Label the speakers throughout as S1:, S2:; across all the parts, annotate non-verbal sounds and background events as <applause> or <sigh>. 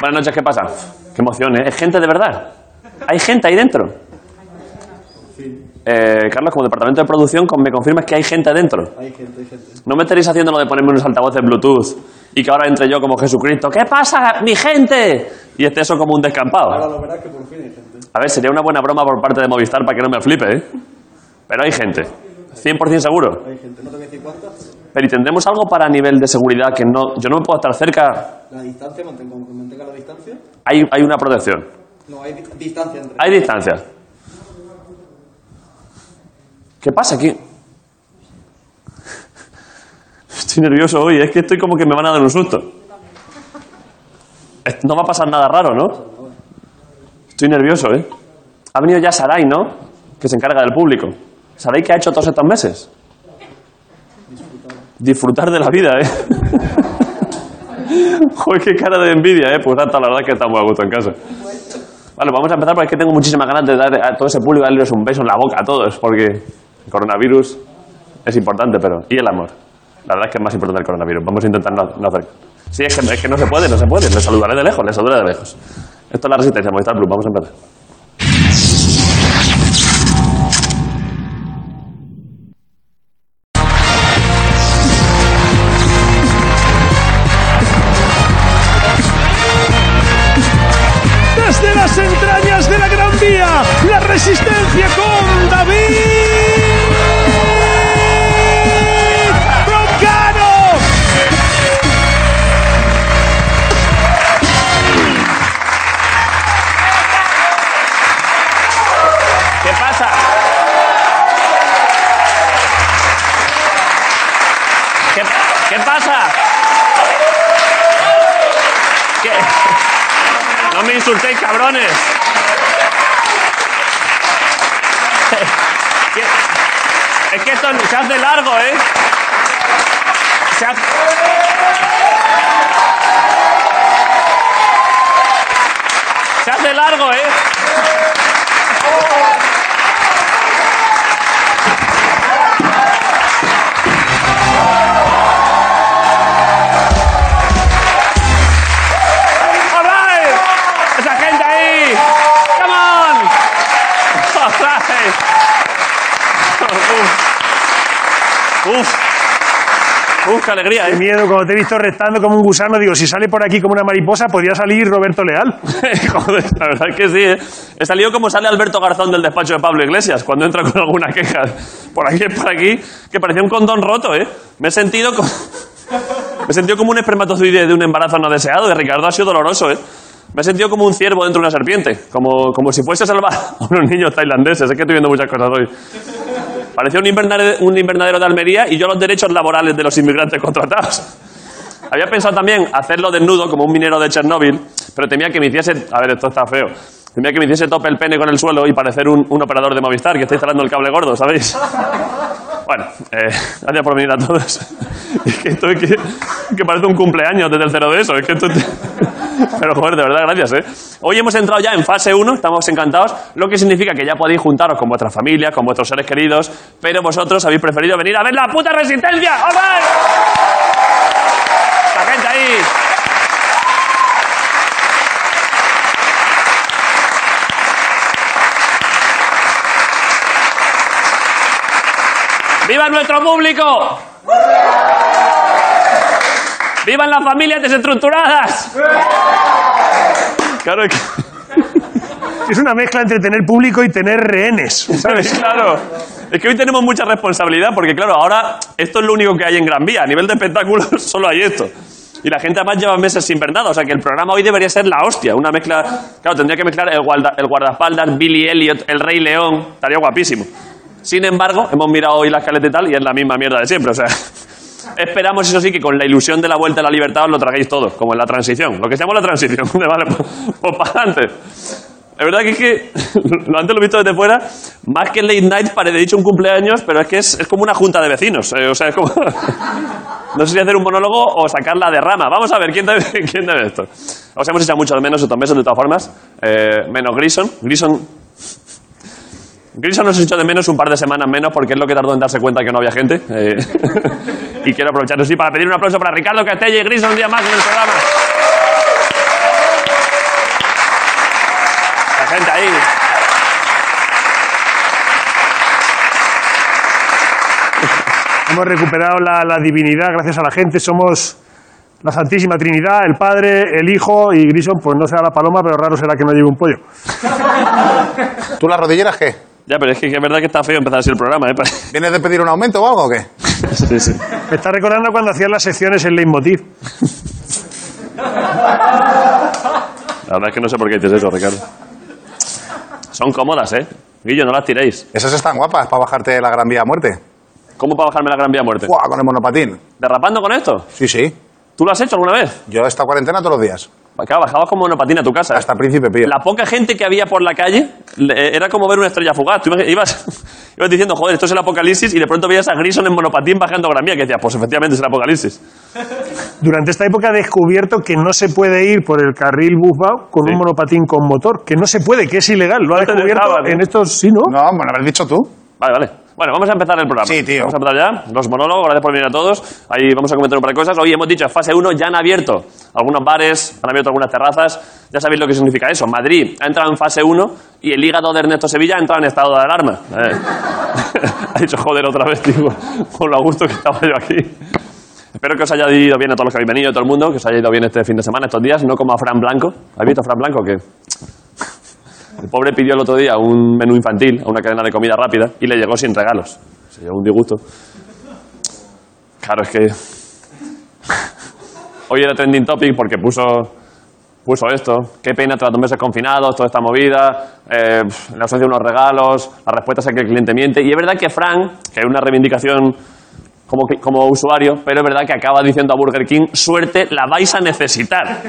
S1: buenas noches, ¿qué pasa? Qué emoción, ¿eh? Es gente de verdad. Hay gente ahí dentro. Eh, Carlos, como departamento de producción, con- me confirmas que hay gente dentro.
S2: Hay gente, hay gente.
S1: No me estaréis haciendo lo de ponerme unos altavoces Bluetooth y que ahora entre yo como Jesucristo. ¿Qué pasa, mi gente? Y esté eso como un
S2: Ahora
S1: descampado.
S2: lo verás que por fin hay gente.
S1: A ver, sería una buena broma por parte de Movistar para que no me flipe, ¿eh? Pero hay gente. 100% seguro.
S2: Hay gente. No te voy a decir cuántas.
S1: Pero ¿y tendremos algo para nivel de seguridad que no... Yo no me puedo estar cerca.
S2: La distancia, mantenga, mantenga la distancia.
S1: Hay, hay una protección.
S2: No, hay di- distancia entre.
S1: Hay distancia. ¿Qué pasa aquí? Estoy nervioso hoy, es que estoy como que me van a dar un susto. Eh, No va a pasar nada raro, ¿no? Estoy nervioso, ¿eh? Ha venido ya Sarai, ¿no? Que se encarga del público. ¿Sarai qué ha hecho todos estos meses? Disfrutar de la vida, ¿eh? <laughs> Joder, qué cara de envidia, ¿eh? Pues hasta la verdad es que estamos a gusto en casa. Vale, vamos a empezar porque es que tengo muchísimas ganas de dar a todo ese público, darles un beso en la boca a todos, porque el coronavirus es importante, pero... Y el amor. La verdad es que es más importante el coronavirus. Vamos a intentar no, no hacer... Sí, es que, es que no se puede, no se puede. Les saludaré de lejos, les saludaré de lejos. Esto es la resistencia, Movistar Plus. Vamos a empezar.
S3: Desde las entrañas de la Gran Vía, la resistencia con David Broncano.
S1: ¿Qué pasa? ¿Qué, qué pasa? ¿Qué? No me insultéis, cabrones. ¿Qué? Es que esto se hace largo, ¿eh? Se hace... Se hace largo, ¿eh? Alright. Esa gente ahí. Come on. Alright. Uf. Uf. Uf, qué alegría,
S4: Qué
S1: ¿eh?
S4: miedo, cuando te he visto restando como un gusano, digo, si sale por aquí como una mariposa, podría salir Roberto Leal.
S1: <laughs> Joder, la verdad es que sí, ¿eh? He salido como sale Alberto Garzón del despacho de Pablo Iglesias, cuando entra con alguna queja. Por aquí, por aquí, que parecía un condón roto, ¿eh? Me he sentido como... <laughs> Me he sentido como un espermatozoide de un embarazo no deseado, de Ricardo ha sido doloroso, ¿eh? Me he sentido como un ciervo dentro de una serpiente, como, como si fuese a salvar a unos niños tailandeses, es que estoy viendo muchas cosas hoy. Parecía un invernadero, un invernadero de Almería y yo los derechos laborales de los inmigrantes contratados. Había pensado también hacerlo desnudo como un minero de Chernóbil, pero temía que me hiciese... A ver, esto está feo. Temía que me hiciese tope el pene con el suelo y parecer un, un operador de Movistar que está instalando el cable gordo, ¿sabéis? Bueno, eh, gracias por venir a todos. <laughs> Es que esto es que, que parece un cumpleaños desde el cero de eso. Es <laughs> que esto te- Pero joder, de verdad, gracias. ¿eh? Hoy hemos entrado ya en fase 1, estamos encantados, lo que significa que ya podéis juntaros con vuestras familias, con vuestros seres queridos, pero vosotros habéis preferido venir a ver la puta resistencia. ¡All right! ¡La gente ahí! ¡Viva nuestro público! ¡Vivan las familias desestructuradas! Claro, es que-
S4: Es una mezcla entre tener público y tener rehenes.
S1: <laughs> ¿sabes? Claro. Es que hoy tenemos mucha responsabilidad porque, claro, ahora esto es lo único que hay en Gran Vía. A nivel de espectáculos <laughs> solo hay esto. Y la gente además lleva meses sin ver nada. O sea que el programa hoy debería ser la hostia. Una mezcla... Claro, tendría que mezclar el, guarda- el guardaespaldas, Billy Elliot, el Rey León. Estaría guapísimo. Sin embargo, hemos mirado hoy la escaleta y tal y es la misma mierda de siempre. O sea, <laughs> esperamos eso sí que con la ilusión de la Vuelta a la Libertad os lo traguéis todo. Como en la transición. Lo que se llama la transición. <laughs> De, vale, pues, pues para adelante. La verdad que es que, <laughs> lo antes lo he visto desde fuera, más que late night parece dicho un cumpleaños, pero es que es, es como una junta de vecinos. eh, o sea, es como... <laughs> No sé si hacer un monólogo o sacarla de rama. Vamos a ver, ¿quién debe, <laughs> quién debe esto? Os hemos echado mucho de menos estos meses, de todas formas. eh, menos Grison. Grison... Grison nos echó de menos un par de semanas menos porque es lo que tardó en darse cuenta que no había gente. eh. <laughs> y quiero aprovechar, sí, para pedir un aplauso para Ricardo Castella y Grison un día más en el programa. gente ahí.
S4: Hemos recuperado la, la divinidad gracias a la gente. Somos la Santísima Trinidad, el Padre, el Hijo y Grison, pues no será la paloma, pero raro será que no lleve un pollo.
S5: ¿Tú las rodilleras qué?
S1: Ya, pero es que, que es verdad que está feo empezar así el programa, ¿eh? <laughs>
S5: ¿Vienes de pedir un aumento o algo o qué?
S1: Sí, sí.
S4: Me está recordando cuando hacían las secciones en Leitmotiv.
S1: La verdad es que no sé por qué dices eso, Ricardo. Son cómodas, ¿eh? Guillo, no las tiréis.
S5: Esas están guapas para bajarte la Gran Vía a muerte.
S1: ¿Cómo para bajarme la Gran Vía a muerte?
S5: ¡Guau! Con el monopatín.
S1: ¿Derrapando con esto?
S5: Sí, sí.
S1: ¿Tú lo has hecho alguna vez?
S5: Yo esta cuarentena todos los días.
S1: Acá bajabas como monopatín a tu casa. ¿eh?
S5: Hasta Príncipe Pío.
S1: La poca gente que había por la calle le- eh, era como ver una estrella fugaz. Tú imagi- ibas, <laughs> ibas diciendo, joder, esto es el apocalipsis, y de pronto veías a Grison en monopatín bajando Gran Vía, que decías, pues efectivamente es el apocalipsis.
S4: Durante esta época he descubierto que no se puede ir por el carril Busbao con
S1: Sí.
S4: un monopatín con motor, que no se puede, que es ilegal. Lo ha
S1: te
S4: descubierto
S1: dejaba,
S4: en
S1: tío.
S4: estos... Sí, ¿no?
S5: No, me lo habrás dicho tú.
S1: Vale, vale. Bueno, vamos a empezar el programa.
S5: Sí, tío.
S1: Vamos a empezar ya. Los monólogos, gracias por venir a todos. Ahí vamos a comentar un par de cosas. Hoy hemos dicho, en fase 1 ya han abierto algunos bares, han abierto algunas terrazas. Ya sabéis lo que significa eso. Madrid ha entrado en fase 1 y el hígado de Ernesto Sevilla ha entrado en estado de alarma. Eh. <laughs> ha dicho, joder, otra vez, tío, con lo a gusto que estaba yo aquí. Espero que os haya ido bien a todos los que habéis venido, a todo el mundo, que os haya ido bien este fin de semana, estos días, no como a Fran Blanco. ¿Habéis visto a Fran Blanco? Que el pobre pidió el otro día un menú infantil a una cadena de comida rápida y le llegó sin regalos. Se llevó un disgusto. Claro, es que. Hoy era trending topic porque puso, puso esto. Qué pena tras dos meses confinados, toda esta movida, eh, la ausencia de unos regalos, la respuesta es que el cliente miente. Y es verdad que Frank, que es una reivindicación como, que- como usuario, pero es verdad que acaba diciendo a Burger King, suerte, la vais a necesitar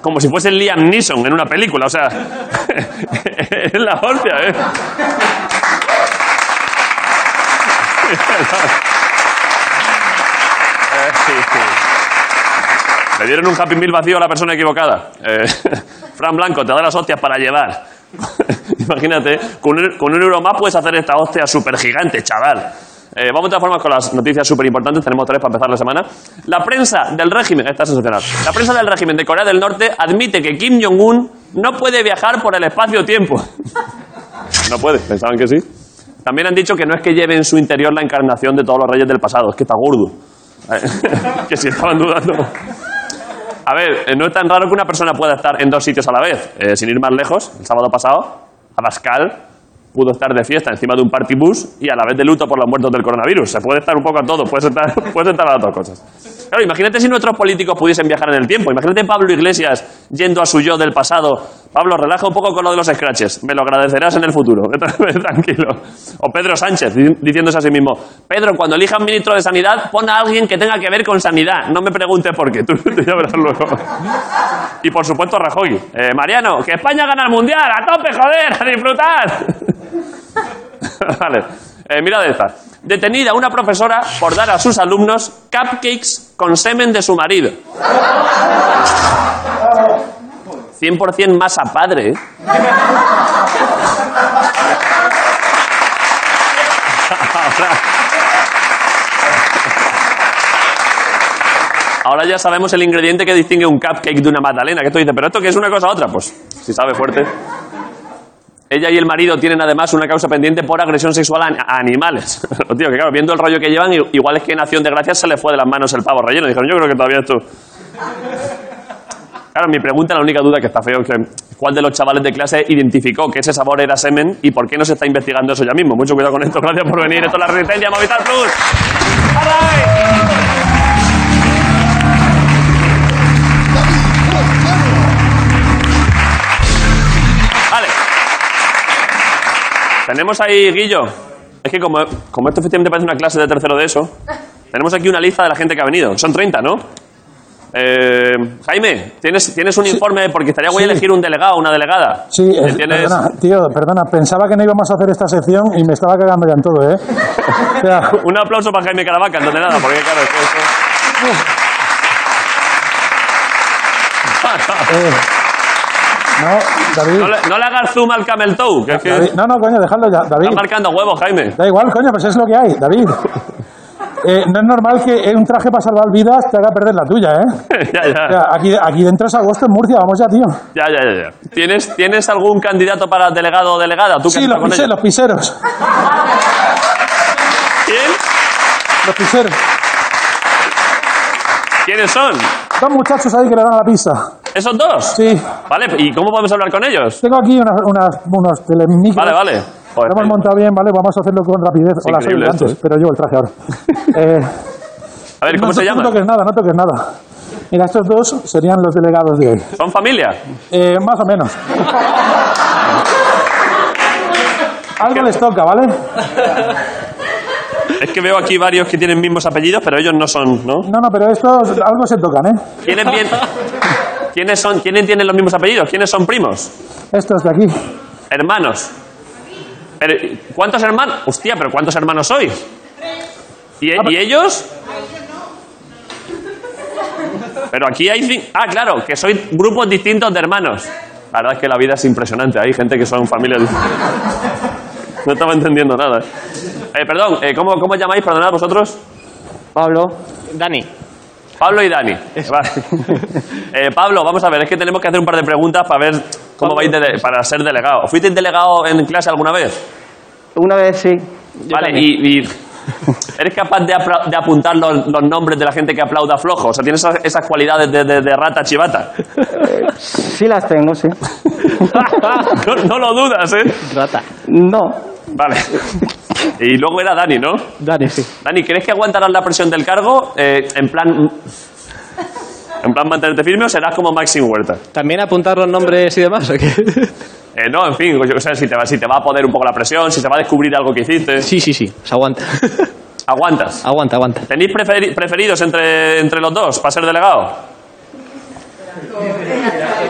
S1: como si fuese Liam Neeson en una película, o sea, <laughs> es la hostia, ¿eh? <laughs> Eh, sí, sí. Le dieron un Happy Meal vacío a la persona equivocada. Eh, <laughs> Fran Blanco, te da las hostias para llevar. <laughs> Imagínate, con un, con un euro más puedes hacer esta hostia súper gigante, chaval. Eh, vamos de todas formas con las noticias súper importantes. Tenemos tres para empezar la semana. La prensa del régimen, está sensacional. La prensa del régimen de Corea del Norte admite que Kim Jong-un no puede viajar por el espacio-tiempo. <laughs> No puede, pensaban que sí. También han dicho que no es que lleve en su interior la encarnación de todos los reyes del pasado, es que está gordo. <laughs> Eh, que si estaban dudando. A ver, eh, no es tan raro que una persona pueda estar en dos sitios a la vez. Eh, sin ir más lejos, el sábado pasado, Abascal pudo estar de fiesta encima de un party bus y a la vez de luto por los muertos del coronavirus. Se puede estar un poco a todo, puedes estar, <laughs> puedes estar a las dos cosas. Claro, imagínate si nuestros políticos pudiesen viajar en el tiempo. Pues Imagínate Pablo Iglesias yendo a su yo del pasado. Pablo, relaja un poco con lo de los scratches. Me lo agradecerás en el futuro. <laughs> Vete Tranquilo. O Pedro Sánchez di- diciéndose a sí mismo. Pedro, cuando elija un ministro de Sanidad, pon a alguien que tenga que ver con sanidad. No me preguntes por qué. <laughs> Tú te ya verás luego. Y por supuesto Rajoy. Eh, Mariano, que España gana el Mundial, a tope, joder, a disfrutar. <laughs> vale, Eh, mirad esta. Detenida una profesora por dar a sus alumnos cupcakes con semen de su marido. 100% más a padre. ¿eh? Ahora ya sabemos el ingrediente que distingue un cupcake de una magdalena. Que tú dices, pero esto que es una cosa a otra, pues si sabe fuerte. Ella y el marido tienen además una causa pendiente por agresión sexual a, a animales. <laughs> Pero, tío, que claro, viendo el rollo que llevan, i- igual es que en Acción de Gracias se le fue de las manos el pavo relleno. Dijeron, yo creo que todavía esto... Claro, mi pregunta, la única duda que está feo es que cuál de los chavales de clase identificó que ese sabor era semen y por qué no se está investigando eso ya mismo. Mucho cuidado con esto. Gracias por venir. Esto es La Resistencia, Movistar Plus. ¡Bye, bye! Vale. Tenemos ahí, Guillo. Es que como, como esto efectivamente parece una clase de tercero de eso, tenemos aquí una lista de la gente que ha venido. Son 30, ¿no? Eh, Jaime, ¿tienes, tienes un informe porque estaría guay elegir un delegado o una delegada.
S6: Sí,
S1: ¿Que
S6: eh,
S1: tienes-
S6: perdona, tío, perdona, pensaba que no íbamos a hacer esta sección y me estaba cagando ya en todo, ¿eh? O sea,
S1: Un aplauso para Jaime Caravaca, entonces nada, porque claro, es que eso-
S6: eh, no, David,
S1: <laughs> no, le, no le hagas zoom al camel toe, que es que
S6: David,
S1: está
S6: No, no, coño, dejadlo ya, David.
S1: marcando huevos, Jaime.
S6: Da igual, coño, pues es lo que hay, David. Eh, no es normal que un traje para salvar vidas te haga perder la tuya, ¿eh?
S1: <laughs> ya,
S6: O sea,
S1: ya,
S6: aquí, aquí dentro es agosto en Murcia, vamos ya, tío.
S1: ya, ya, ya, ya. ¿Tienes, ¿Tienes algún candidato para delegado o delegada? ¿Tú que
S6: Sí,
S1: has
S6: los,
S1: estado con
S6: pise-
S1: ellos?
S6: los piseros.
S1: ¿Quién?
S6: Los piseros.
S1: ¿Quiénes son?
S6: Dos muchachos ahí que le dan a la pizza.
S1: ¿Esos dos?
S6: Sí.
S1: Vale, ¿y cómo podemos hablar con ellos?
S6: Tengo aquí unas, unas, unos telemicros.
S1: Vale, vale.
S6: Lo
S1: Joder,
S6: hemos montado bien, ¿vale? Vamos a hacerlo con rapidez. Hola, soy
S1: increíble
S6: el de
S1: esto,
S6: antes,
S1: ¿eh?
S6: pero yo el traje ahora. <laughs> Eh,
S1: a ver, ¿cómo
S6: no,
S1: se
S6: no
S1: llaman?
S6: toques nada, no toques nada. Mira, estos dos serían los delegados de hoy.
S1: ¿Son familia?
S6: Eh, más o
S1: <laughs>
S6: menos. Algo les toca, ¿vale?
S1: Es que veo aquí varios que tienen mismos apellidos, pero ellos no son, ¿no?
S6: No, no, pero estos algo se tocan, ¿eh?
S1: ¿Quiénes, bien- ¿Quiénes son? ¿Quiénes tienen los mismos apellidos? ¿Quiénes son primos?
S6: Estos de aquí.
S1: Hermanos. Pero, ¿Cuántos hermanos? Hostia, pero ¿cuántos hermanos sois? ¿Y, y ellos? Pero aquí hay... cin- Ah, claro, que sois grupos distintos de hermanos. La verdad es que la vida es impresionante. Hay gente que son familias... dif- No estaba entendiendo nada. Eh, perdón, eh, ¿cómo, ¿cómo os llamáis? Perdonad vosotros.
S7: Pablo. Dani.
S1: Pablo y Dani. Vale. Eh, Pablo, vamos a ver, es que tenemos que hacer un par de preguntas para ver cómo vais dele- para ser delegado. ¿Fuisteis delegado en clase alguna vez?
S7: Una vez sí. Yo
S1: vale,
S7: también.
S1: y, y- ¿eres capaz de, apra- de apuntar los, los nombres de la gente que aplauda flojo? O sea, ¿tienes esas, esas cualidades de, de- de rata
S7: <laughs>
S1: chivata?
S7: Sí las tengo,
S8: <laughs>
S7: sí.
S1: No, no lo dudas, ¿eh?
S7: Rata. No.
S1: Vale. Y luego era Dani, ¿no?
S7: Dani, sí.
S1: Dani, ¿crees que aguantarás la presión del cargo? Eh, en plan... En plan mantenerte firme o serás como Maxim Huerta.
S8: ¿También apuntar los nombres y
S2: <laughs>
S8: demás? ¿o qué?
S1: Eh, no, en fin, yo- o sea, si te, va, si te va a poner un poco la presión, si te va a descubrir algo que hiciste.
S8: Sí, sí, sí. Se aguanta. <laughs>
S1: Aguantas.
S8: aguanta, aguanta.
S1: ¿Tenéis preferi- preferidos entre, entre los dos para ser delegado?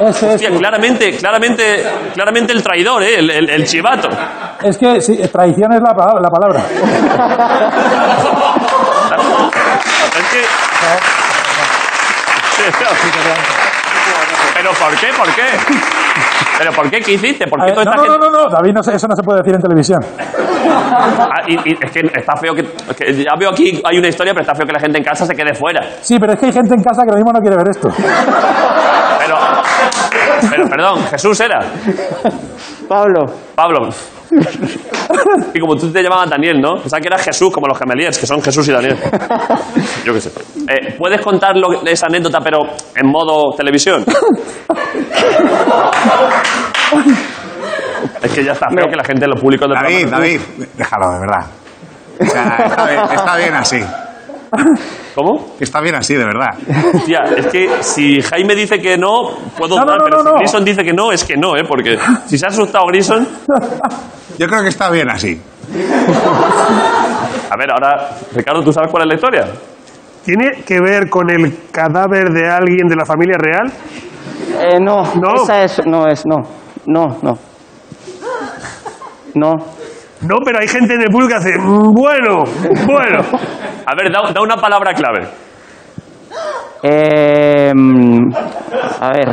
S6: Ese es,
S1: Hostia, claramente, claramente, claramente el traidor, ¿eh? el, el- el chivato.
S6: es que sí, traición es la, pa- la palabra.
S1: Es que... <laughs> Pero ¿por qué? ¿Por qué? ¿Pero por qué? ¿Qué hiciste? ¿Por qué
S6: Eh,
S1: toda
S6: no,
S1: esta
S6: no, no,
S1: gente-
S6: no, no, David, no, se- eso no se puede decir en televisión.
S1: Ah, y- y es que está feo que, que Ya veo aquí, hay una historia, pero está feo que la gente en casa se quede fuera.
S6: Sí, pero es que hay gente en casa que lo mismo no quiere ver esto.
S1: Pero, pero perdón, Jesús era.
S7: Pablo.
S1: Pablo. <laughs> Y como tú te llamabas Daniel, ¿no? Pensaba que era Jesús, como los gemeliers, que son Jesús y
S6: <laughs>
S1: Daniel. Yo qué sé. Eh, ¿Puedes contar lo- esa anécdota, pero en modo
S6: <laughs>
S1: televisión? Es que ya está feo que la gente, los públicos del
S5: David,
S1: programa-
S5: David, déjalo, de verdad. O sea, está bien, está bien así.
S1: ¿Cómo?
S5: Está bien así, de verdad.
S1: Hostia, es que si Jaime dice que no, puedo
S6: No, no,
S1: dudar,
S6: no,
S1: pero
S6: no,
S1: si
S6: no.
S1: Grison dice que no, es que no, ¿eh? Porque si se ha asustado Grison...
S5: Yo creo que está bien así.
S1: A ver, ahora, Ricardo, ¿tú sabes cuál es la historia?
S4: ¿Tiene que ver con el cadáver de alguien de la familia real?
S7: Eh, no.
S4: No.
S7: Esa es. No es. No. No, no. No.
S4: No, pero hay gente en el público que hace, "Mm, bueno, bueno.
S1: A ver, da, da una palabra clave.
S7: Eh, mm, a ver.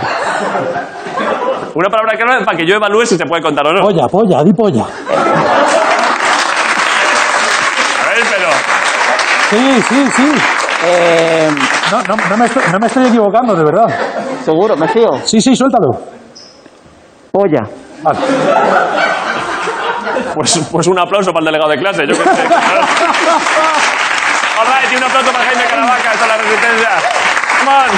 S1: Una palabra clave para que yo evalúe si se puede contar o no.
S6: Polla, polla, di polla.
S1: A ver, pero.
S6: Sí, sí, sí.
S7: Eh,
S6: No, no, no me estoy, no me estoy equivocando, de verdad.
S7: Seguro, me fío.
S6: Sí, sí, suéltalo.
S7: Polla.
S6: Vale.
S1: Pues, pues un aplauso para el delegado de clase, yo qué
S4: <laughs>
S1: sé. All right, y un aplauso para Jaime Caravaca, esta es la resistencia. Come on.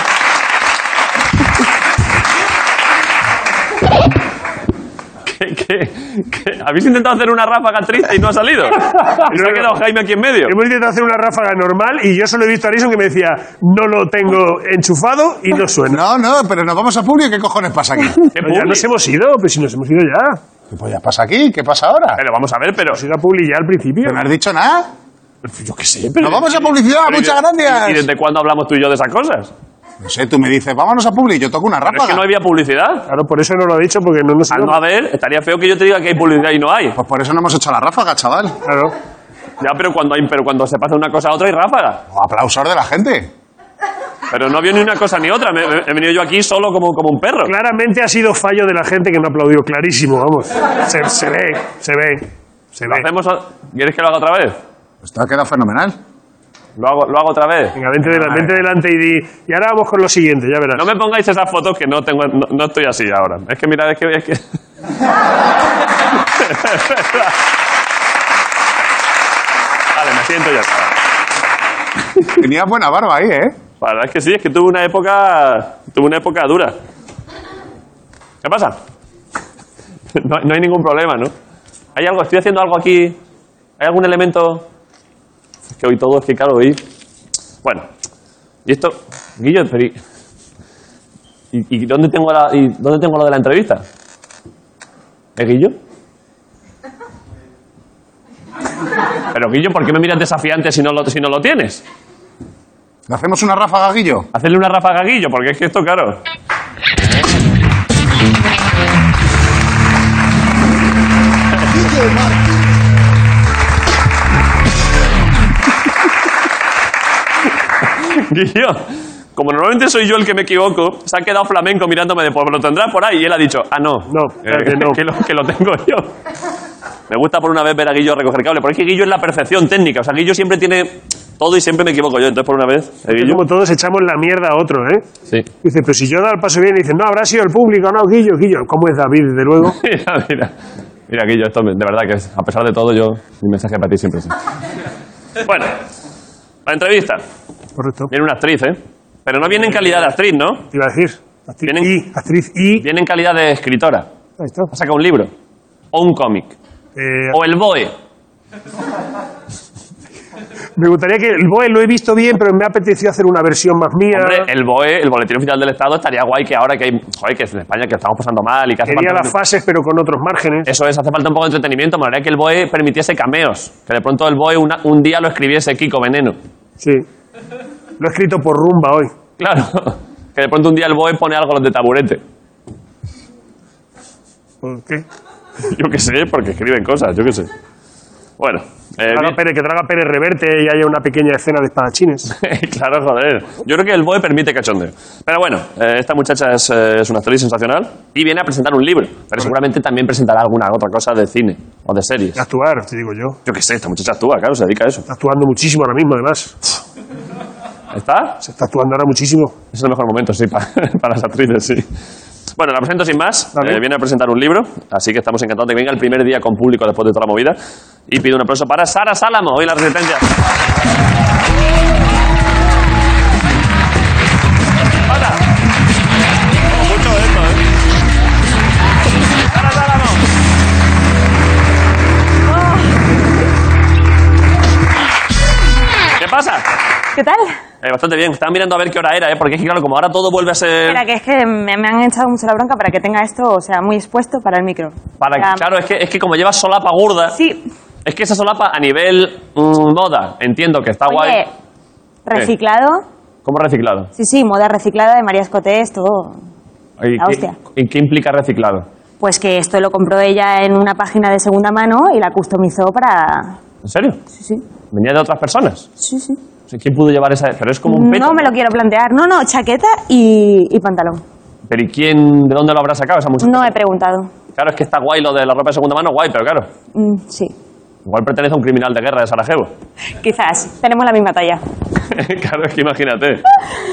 S1: ¿Qué, qué- qué? habéis intentado hacer una ráfaga triste y no ha salido? Y se ha quedado Jaime aquí en medio.
S4: Hemos intentado hacer una ráfaga normal y yo solo he visto a Arison que me decía, no lo tengo enchufado y no suena.
S5: No, no, pero nos vamos a público. <laughs> ¿Qué cojones pasa aquí?
S1: Qué
S4: Pero ya
S1: publi.
S4: nos hemos ido, pero si nos hemos ido ya.
S5: ¿Qué polla pasa aquí? ¿Qué pasa ahora?
S1: Pero vamos a ver, pero.
S4: Nos iba a publi ya al principio.
S5: ¿No has dicho nada?
S4: Yo qué sé, pero...
S5: ¡Nos vamos a publicidad! ¡Muchas
S1: ¿Y
S5: gracias!
S1: desde cuándo hablamos tú y yo de esas cosas?
S5: No sé, tú me dices, vámonos a publi, yo toco una
S1: Pero es que
S5: ráfaga.
S1: no había publicidad.
S4: Claro, por eso no lo he dicho, porque no nos
S1: Al Ah, no
S4: íbamos.
S1: haber, estaría feo que yo te diga que hay publicidad y no hay.
S5: Pues por eso no hemos hecho la ráfaga, chaval.
S4: Claro.
S1: Ya, pero cuando, hay, pero cuando se pasa una cosa a otra hay ráfaga.
S5: O aplausos de la gente.
S1: Pero no había ni una cosa ni otra. Me- me- he venido yo aquí solo como, como un perro.
S4: Claramente ha sido fallo de la gente que no aplaudió, clarísimo, vamos. Se, se ve, se ve, se
S1: Lo
S4: ve.
S1: hacemos a- ¿Quieres que lo haga otra vez?
S5: Esto ha quedado fenomenal.
S1: Lo hago, lo hago otra vez.
S4: Venga, vente, dela- vente delante y di. Y ahora vamos con lo siguiente, ya verás.
S1: No me pongáis esas fotos que no tengo. No, no estoy así ahora. Es que mirad, es que. Es que... <laughs> vale, me siento ya.
S5: Tenías buena barba ahí, ¿eh?
S1: La verdad es que sí, es que tuve una época. Tuve una época dura. ¿Qué pasa? <laughs> No, no hay ningún problema, ¿no? ¿Hay algo? ¿Estoy haciendo algo aquí? ¿Hay algún elemento? Es que hoy todo, es que claro, hoy. Bueno. Y esto. Guillo, pero. ¿Y, y- y dónde tengo la, y dónde tengo lo de la entrevista? ¿Es Guillo? Pero Guillo, ¿por qué me miras desafiante si no lo, si no lo tienes?
S5: ¿Le hacemos una ráfaga, Guillo?
S1: Hacerle una ráfaga a Guillo, porque es que esto, claro. <laughs> Guillo, como normalmente soy yo el que me equivoco, se ha quedado flamenco mirándome de, pues lo tendrás por ahí, y él ha dicho, ah, no.
S4: No, claro que no.
S1: <laughs> que, lo, que lo tengo yo. Me gusta por una vez ver a Guillo recoger cable, porque es que Guillo es la perfección técnica, o sea, Guillo siempre tiene todo y siempre me equivoco yo, entonces por una vez, ¿eh,
S4: Que
S1: Guillo.
S4: como todos echamos la mierda a otro, ¿eh?
S1: Sí.
S4: Dice, pero si yo no el paso bien, y dice, no, habrá sido el público, no, Guillo, Guillo. ¿Cómo es David, desde
S1: <laughs>
S4: luego?
S1: mira, mira. Mira, Guillo, esto me- de verdad que es- a pesar de todo, yo, mi mensaje para ti siempre es. Bueno, la entrevista.
S4: Correcto.
S1: Viene una actriz, ¿eh? Pero no viene en calidad de actriz, ¿no?
S4: Te iba a decir. Actriz
S1: Vienen-
S4: y, actriz y.
S1: Viene en calidad de escritora.
S4: Ahí está.
S1: Ha sacado un libro. O un cómic.
S4: Eh,
S1: O el BOE.
S4: me gustaría que el BOE lo he visto bien, pero me ha apetecido hacer una versión más mía.
S1: Hombre, eh, el BOE, el Boletín Oficial del Estado, estaría guay que ahora que hay. Joder, que en España que estamos pasando mal y que hace
S4: Quería
S1: falta-
S4: las fases, pero con otros márgenes.
S1: Eso es, hace falta un poco de entretenimiento. Me gustaría que el BOE permitiese cameos. Que de pronto el BOE una- un día lo escribiese Kiko Veneno.
S4: Sí. Lo he escrito por rumba hoy.
S1: Claro. <laughs> Que de pronto un día el BOE pone algo los de taburete.
S4: ¿Por qué?
S1: <laughs> Yo qué sé, porque escriben cosas, yo qué sé. Bueno, eh,
S4: Traga Pérez, que traga Pérez Reverte y haya una pequeña escena de espadachines.
S1: bien- <laughs> claro, joder. Yo creo que el BOE permite cachondeo. Pero bueno, eh, esta muchacha es, eh, es una actriz sensacional y viene a presentar un libro. Pero seguramente también presentará alguna otra cosa de cine o de series.
S4: Actuar, te digo yo.
S1: Yo qué sé, esta muchacha actúa, claro, se dedica a eso.
S4: Está actuando muchísimo ahora mismo, además.
S1: ¿Está?
S4: Se está actuando ahora muchísimo.
S1: Es el mejor momento, sí, <laughs> para, para las actrices, sí. Bueno, la presento sin más.
S4: Vale.
S1: Eh, viene a presentar un libro, así que estamos encantados de que venga el primer día con público después de toda la movida. Y pido un aplauso para Sara Sálamo, hoy la resistencia. ¡Hola! Oh, mucho esto, ¿eh? ¡Sara Sálamo! ¿Qué pasa?
S9: ¿Qué tal?
S1: Eh, bastante bien. Estaba mirando a ver qué hora era, ¿eh? Porque es que, claro, como ahora todo vuelve a ser...
S9: Espera, que es que me, me han echado mucho la bronca para que tenga esto, o sea, muy expuesto para el micro.
S1: Para,
S9: O sea,
S1: claro, es que, es que como llevas solapa gorda...
S9: Sí.
S1: Es que esa solapa a nivel mm, moda, entiendo que está guay.
S9: Oye, reciclado.
S1: ¿Cómo reciclado?
S9: Sí, sí, moda reciclada de María Escotés, todo.
S1: ¿Y
S9: La
S1: qué,
S9: hostia.
S1: y qué implica reciclado?
S9: Pues que esto lo compró ella en una página de segunda mano y la customizó para...
S1: ¿En serio?
S9: Sí, sí,
S1: ¿Venía de otras personas?
S9: sí, sí.
S1: O sea, ¿Quién pudo llevar esa...? Pero es como un peto.
S9: No me lo quiero plantear. No, no, chaqueta y, y pantalón.
S1: ¿Pero y quién... ¿De dónde lo habrá sacado esa muchacha?
S9: No he preguntado.
S1: Claro, es que está guay lo de la ropa de segunda mano, guay, pero claro.
S9: Mm, sí.
S1: Igual pertenece a un criminal de guerra de Sarajevo. <laughs>
S9: Quizás. Tenemos la misma talla.
S1: claro, es que imagínate.
S9: <laughs>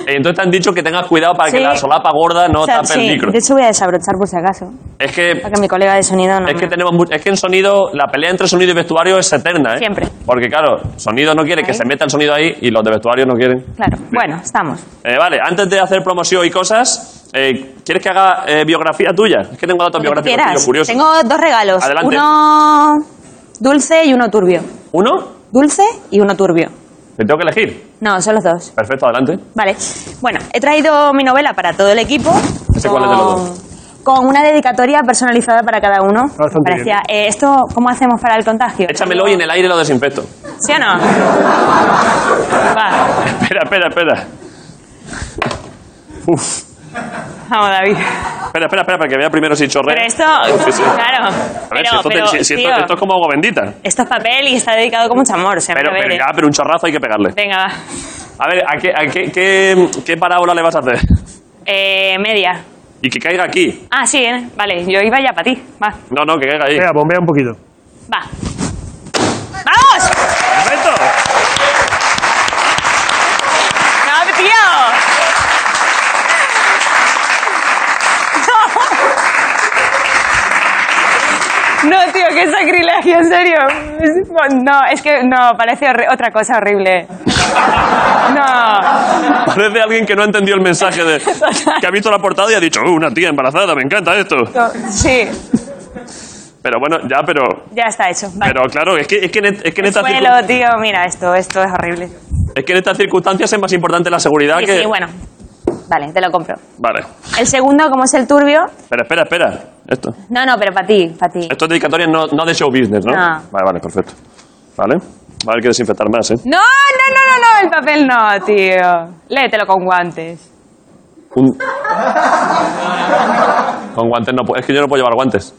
S1: Eh, entonces te han dicho que tengas cuidado para que
S9: Sí.
S1: la solapa gorda no
S9: O sea,
S1: tape
S9: sí,
S1: el micro.
S9: de hecho voy a desabrochar por si acaso.
S1: Es que
S9: Para que mi colega de sonido no...
S1: Es que
S9: me-
S1: tenemos mu- es que en sonido la pelea entre sonido y vestuario es eterna, ¿eh?
S9: Siempre.
S1: Porque claro, sonido no quiere que
S9: Ahí.
S1: se meta el sonido ahí y los de vestuario no quieren.
S9: Claro, bueno, estamos.
S1: Eh, vale, antes de hacer promoción y cosas, eh, ¿quieres que haga eh, biografía tuya? Es que tengo datos
S9: Lo que
S1: biográficos
S9: quieras.
S1: tuyos curiosos.
S9: Tengo dos regalos.
S1: Adelante.
S9: Uno dulce y uno turbio.
S1: ¿Uno?
S9: Dulce y uno turbio.
S1: Te tengo que elegir.
S9: No, son los dos.
S1: Perfecto, adelante.
S9: Vale. Bueno, he traído mi novela para todo el equipo.
S1: ¿Ese cuál es de los
S9: Con una dedicatoria personalizada para cada uno.
S4: Bastante
S9: Parecía, eh, esto, ¿cómo hacemos para el contagio?
S1: Échamelo y en el aire lo desinfecto. <laughs>
S9: ¿Sí o no? Va,
S1: espera, espera, espera. Uf.
S9: vamos, David.
S1: Espera, espera, espera, para que vea primero si chorrea.
S9: Pero esto,
S1: Sí, sí.
S9: claro.
S1: A ver,
S9: pero,
S1: si, esto, te-
S9: pero,
S1: si- si esto-
S9: tío,
S1: esto es como agua bendita.
S9: esto es papel y está dedicado con mucho amor. O sea,
S1: Pero,
S9: me lo
S1: pero,
S9: veré.
S1: ya, pero un chorrazo hay que pegarle.
S9: Venga, va.
S1: A ver, ¿a qué, a qué, qué, qué parábola le vas a hacer?
S9: Eh, media.
S1: Y que caiga aquí.
S9: Ah, sí, ¿eh? vale, yo iba ya para ti. Va,
S1: No, no, que caiga ahí.
S4: Venga, bombea un poquito.
S9: va. ¡Vamos!
S1: ¡Perfecto! <laughs>
S9: tío, qué sacrilegio, en serio. Es- No, es que no, parece horri- otra cosa horrible. No.
S1: Parece alguien que no ha entendido el mensaje de. que ha visto la portada y ha dicho, "Uh, una tía embarazada, me encanta esto.
S9: no, Sí,
S1: Pero bueno, ya, pero.
S9: ya está hecho. Vale.
S1: Pero claro, es que, es que, en, es que en esta circun-
S9: Suelo, tío, mira esto, esto es horrible.
S1: es que en estas circunstancias es más importante la seguridad
S9: Sí,
S1: que.
S9: sí, bueno. Vale, te lo compro.
S1: Vale.
S10: El segundo, como es el turbio.
S1: Pero espera, espera. Esto.
S10: No, no, pero para ti, para ti.
S1: Esto es dedicatoria no, no de show business, ¿no?
S10: No.
S1: Vale, vale, perfecto. Vale. Va a haber que desinfectar más, ¿eh?
S9: No, no, no, no, no, el papel no, tío. Léetelo con guantes.
S1: Un- Con guantes no puedo. Es que yo no puedo llevar guantes.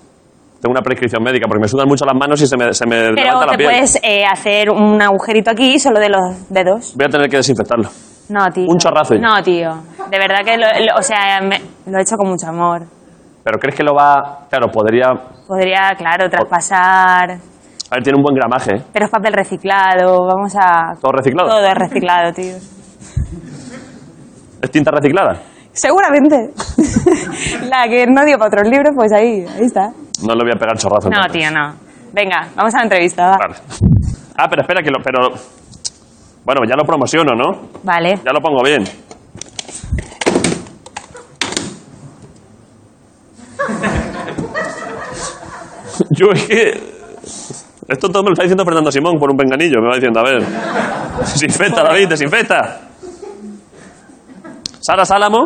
S1: Tengo una prescripción médica porque me sudan mucho las manos y se me, se me
S10: Pero
S1: levanta la
S10: te
S1: piel.
S10: puedes eh, hacer un agujerito aquí solo de los dedos.
S1: Voy a tener que desinfectarlo.
S10: No, tío.
S1: Un chorrazo.
S10: No, tío. De verdad que lo, lo- o sea, me- lo he hecho con mucho amor.
S1: Pero crees que lo va. Claro, podría. A
S10: Podría, claro, traspasar.
S1: ver, tiene un buen gramaje. ¿eh?
S10: Pero es papel reciclado. Vamos a.
S1: ¿Todo reciclado?
S10: Todo es reciclado, tío.
S1: ¿Es tinta reciclada?
S10: <laughs>
S9: Seguramente. La que no dio para otros libros, pues ahí, ahí está.
S1: No le voy a pegar chorrazo.
S9: No,
S1: entonces.
S9: tío, no. Venga, vamos a la entrevista, va.
S1: Vale. Ah, pero espera, que lo. Pero. Bueno, ya lo promociono, ¿no?
S10: Vale.
S1: Ya lo pongo bien. Yo es que... Esto todo me lo está diciendo Fernando Simón por un penganillo. Me va diciendo, a ver... Desinfecta, David, desinfecta. Sara Sálamo...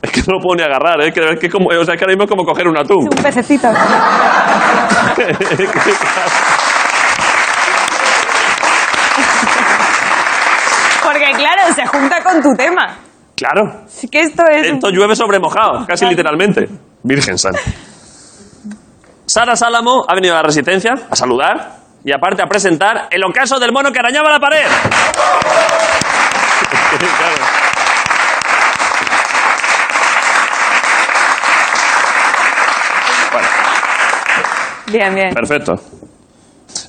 S1: Es que no lo puedo ni agarrar, ¿eh? Que, es que como, o sea, es que ahora mismo es como coger un atún.
S9: Un pececito. Porque claro, se junta con tu tema.
S1: <laughs> claro.
S9: Así que esto es... <laughs>
S1: Esto llueve sobre mojado, casi literalmente. Virgen Santa. Sara Sálamo ha venido a la Resistencia a saludar y aparte a presentar el ocaso del mono que arañaba la pared. Claro. Bueno,
S9: Bien, bien.
S1: perfecto.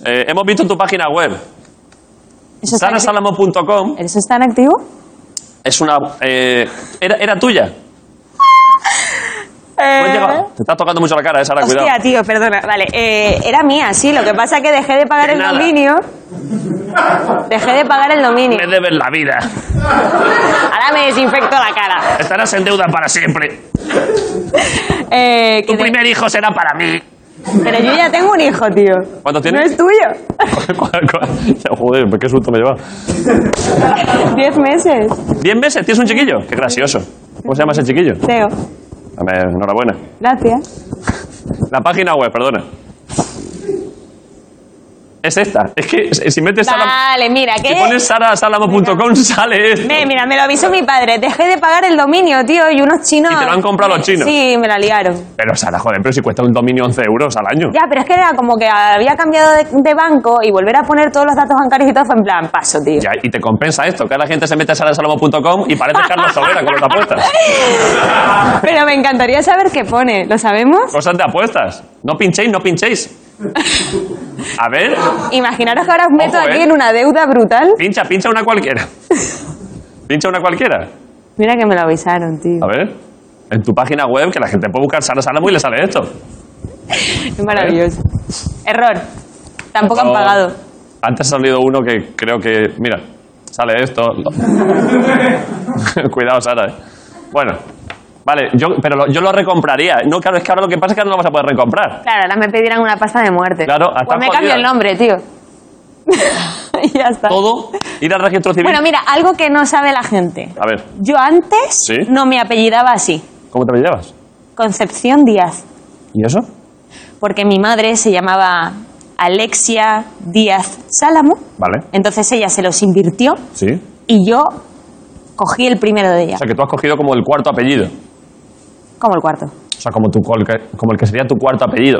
S1: Eh, hemos visto en tu página web,
S10: ¿Eso está acti-
S1: sarasalamo.com,
S10: ¿Eso está en activo?
S1: es una... eh, era, era tuya.
S9: Eh,
S1: No has llegado. Te estás tocando mucho la cara, eh, Sara, cuidado.
S9: Hostia, tío, perdona. Vale, eh, era mía, sí. Lo que pasa que dejé de pagar
S1: De
S9: el
S1: nada.
S9: dominio. Dejé de pagar el dominio.
S1: Me debes la vida.
S9: Ahora me desinfecto la cara.
S1: <laughs> Estarás en deuda para siempre.
S9: Eh, que
S1: Tu
S9: de-
S1: primer hijo será para mí.
S9: Pero yo ya tengo un hijo, tío.
S1: ¿Cuánto
S9: No
S1: tienes? <laughs>
S9: es tuyo.
S1: <laughs> Joder, qué susto me lleva.
S9: Diez meses,
S1: ¿Diez meses? ¿Tienes un chiquillo? Qué gracioso. ¿Cómo se llama ese chiquillo?
S9: Teo.
S1: A ver, enhorabuena.
S9: Gracias.
S1: La página web, perdona. Es esta. Es que si metes Sara,
S9: Vale, mira,
S1: si
S9: que...
S1: pones sarasalamo.com sale esto.
S9: Me- mira, me lo avisó mi padre. Dejé de pagar el dominio, tío, y unos chinos.
S1: Y te lo han comprado los chinos.
S9: Sí, me la liaron.
S1: Pero Sara, joder, pero si cuesta un dominio 11 euros al año.
S9: Ya, pero es que era como que había cambiado de, de banco y volver a poner todos los datos bancarios y todo fue en plan, paso, tío.
S1: Ya, y te compensa esto, que ahora la gente se mete a sarasalamo.com y parece Carlos Sobera con las
S9: <laughs>
S1: apuestas.
S9: Pero me encantaría saber qué pone, ¿lo sabemos?
S1: Cosas de apuestas. No pinchéis, no pinchéis. A ver,
S9: Imaginaros que ahora os meto
S1: Ojo,
S9: aquí
S1: eh.
S9: en una deuda brutal.
S1: pincha, pincha una cualquiera. Pincha una cualquiera.
S9: Mira que me lo avisaron, tío.
S1: A ver, en tu página web que la gente puede buscar Sara Salamo y le sale esto.
S9: Es maravilloso. Error. Tampoco han
S1: Oh,
S9: pagado.
S1: Antes ha salido uno que creo que. Mira, sale esto. <laughs> Cuidado, Sara. eh. Bueno, vale, yo, pero lo- yo lo recompraría. No, claro, es que ahora lo que pasa es que ahora no lo vas a poder recomprar.
S10: Claro, ahora me pedirán una pasta de muerte.
S1: Claro, hasta
S10: Pues me
S1: jodida. eh.
S10: cambio el nombre, tío.
S9: Y <laughs> ya está.
S1: Todo, ir al registro civil.
S10: Bueno, mira, algo que no sabe la gente.
S1: A ver,
S10: Yo antes
S1: Sí.
S10: no me apellidaba así.
S1: ¿cómo te llevas?
S10: Concepción Díaz.
S1: ¿Y eso?
S10: Porque mi madre se llamaba Alexia Díaz Sálamo.
S1: Vale,
S10: Entonces ella se los invirtió
S1: sí.
S10: y yo cogí el primero de ella,
S1: O sea, que tú has cogido como el cuarto apellido.
S10: como el cuarto.
S1: O sea, como, tu, como el que- como el que sería tu cuarto apellido.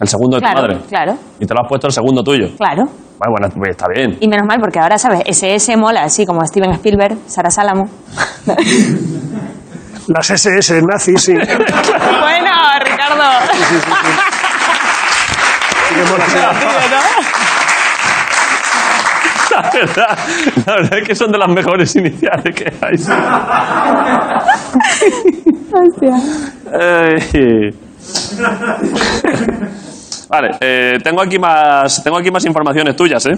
S1: El segundo de
S10: claro,
S1: tu madre.
S10: claro,
S1: Y te lo has puesto el segundo tuyo.
S10: claro.
S1: Vale, bueno, pues está bien.
S10: Y menos mal, porque ahora, ¿sabes? SS mola, así como Steven Spielberg, Sara
S1: <laughs>
S10: Sálamo.
S4: Las SS nazis, sí.
S9: Bueno, Ricardo.
S1: <laughs> La verdad, la verdad es que son de las mejores iniciales que hay. Hostia. Vale, eh, tengo, aquí más, tengo aquí más informaciones tuyas, ¿eh?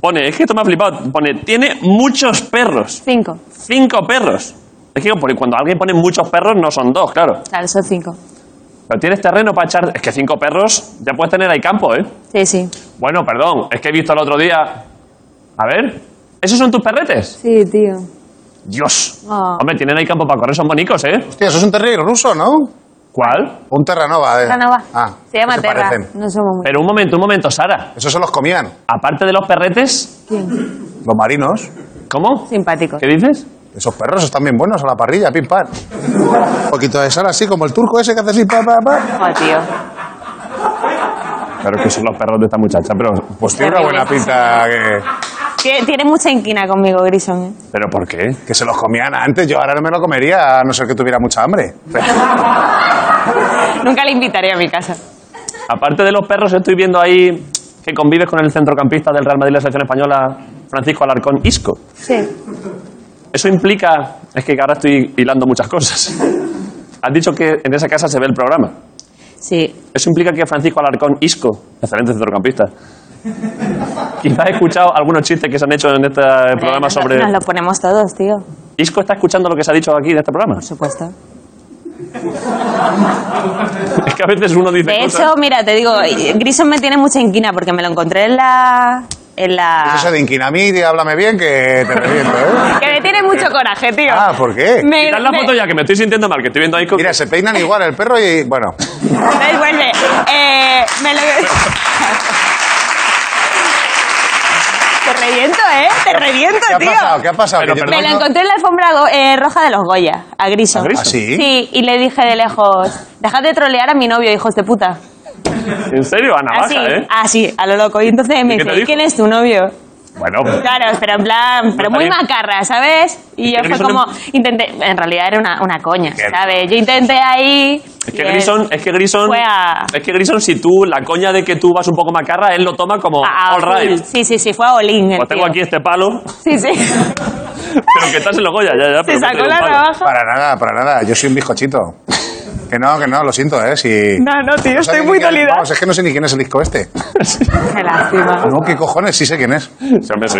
S1: Pone, es que esto me ha flipado. Pone, tiene muchos perros.
S9: Cinco.
S1: Cinco perros. Es que porque cuando alguien pone muchos perros no son dos, claro.
S9: Claro, son cinco.
S1: Pero tienes terreno para echar... Es que cinco perros ya puedes tener ahí campo, ¿eh?
S9: Sí, sí.
S1: Bueno, perdón, es que he visto el otro día... A ver, ¿esos son tus perretes?
S9: Sí, tío.
S1: Dios.
S9: Ah.
S1: Hombre, tienen ahí campo para correr, son bonicos, ¿eh?
S5: Hostia, eso es un terrier ruso, ¿no?
S1: ¿Cuál?
S5: O Un terranova. eh.
S9: Terranova.
S5: Ah,
S9: Se llama
S5: que
S9: Terra.
S5: parecen.
S9: No somos muy.
S1: Pero un momento, un momento, Sara.
S5: Esos se los comían.
S1: Aparte de los
S9: Eh,
S1: perretes...
S5: Los marinos.
S1: ¿Cómo?
S9: Simpáticos.
S1: ¿Qué dices?
S5: Esos perros están bien buenos a la parrilla, pim pam. Un poquito de sal así, como el turco ese que hace así, pa, pa, pa.
S9: Joder, tío.
S1: Claro que son los perros de esta muchacha, pero...
S5: Pues tiene una buena pinta que,
S9: Tiene, tiene mucha inquina conmigo, Grison. ¿eh?
S1: ¿Pero por qué?
S5: que se los comían antes. Yo ahora no me lo comería, a no ser que tuviera mucha hambre.
S9: Nunca le invitaré a mi casa.
S1: Aparte de los perros, estoy viendo ahí que convives con el centrocampista del Real Madrid de la selección española, Francisco Alarcón Isco.
S9: Sí.
S1: Eso implica... Es que ahora estoy hilando muchas cosas. Has dicho que en esa casa se ve el programa.
S9: Sí.
S1: Eso implica que Francisco Alarcón Isco, excelente
S9: <laughs>
S1: centrocampista, quizá ha escuchado algunos chistes que se han hecho en este programa
S9: Nos lo-
S1: sobre...
S9: Eh, Nos lo ponemos todos, tío.
S1: ¿Isco está escuchando lo que se ha dicho aquí en este programa?
S9: Por supuesto.
S1: Es que a veces uno dice
S9: De
S1: cosas...
S9: hecho, mira, te digo, eh, Grison me tiene mucha inquina porque me lo encontré en la. En la.
S5: Eso de inquinamid y háblame bien, que te reviento, ¿eh?
S9: Que me tiene mucho coraje, tío.
S5: Ah, ¿por qué?
S9: Me,
S1: Quitad la
S9: me-
S1: foto ya, que me estoy sintiendo mal, que estoy viendo a Isco...
S5: Mira, se peinan igual el perro y, bueno,
S9: Entonces vuelve. Eh, me lo. <laughs> Te reviento, ¿eh? Te reviento,
S5: ¿qué ha
S9: tío.
S5: pasado? ¿Qué ha pasado?
S1: Pero,
S5: Que yo
S1: perdón,
S9: Me lo
S5: tengo-
S9: encontré en la alfombra go- eh, roja de los Goya, a Griso.
S1: ¿A Griso?
S5: ¿Ah, sí?
S9: y le dije de lejos, dejad de trolear a mi novio, hijos de puta.
S1: En serio, Ana
S9: Así,
S1: Baja, ¿eh?
S9: así, a lo loco. Y entonces me
S1: qué te
S9: dice,
S1: dijo?
S9: ¿quién es tu novio?
S1: Bueno,
S9: Claro, pero en plan, pero muy
S1: bien.
S9: macarra, ¿sabes? Y yo
S1: que
S9: fue
S1: Grison
S9: como, intenté, en realidad era una, una coña, ¿sabes? Yo intenté ahí...
S1: es que Grison... Es que Grison...
S9: eh, Fue a-
S1: Es que Grison, si tú, la coña de que tú vas un poco macarra, él lo toma como... all right.
S9: Ah, Sí, sí, sí, fue a Olin. el
S1: Pues tengo
S9: tío.
S1: aquí este palo, <laughs>
S9: Sí, sí.
S1: pero que estás en los Goya, ya, ya. pero
S9: <laughs> Se
S1: que
S9: sacó
S1: tengo
S9: la
S1: un palo.
S9: navaja.
S5: Para nada, para nada. Yo soy un bizcochito. Que no, que no, lo siento, ¿eh? Si...
S9: No, no, tío,
S5: sé
S9: estoy
S5: ni
S9: muy
S5: quién-
S9: dolida.
S5: Vamos, es que no sé ni quién es el disco este.
S9: Qué lástima.
S5: No, ¿qué cojones? Sí sé quién es.
S1: Sí, hombre, sí.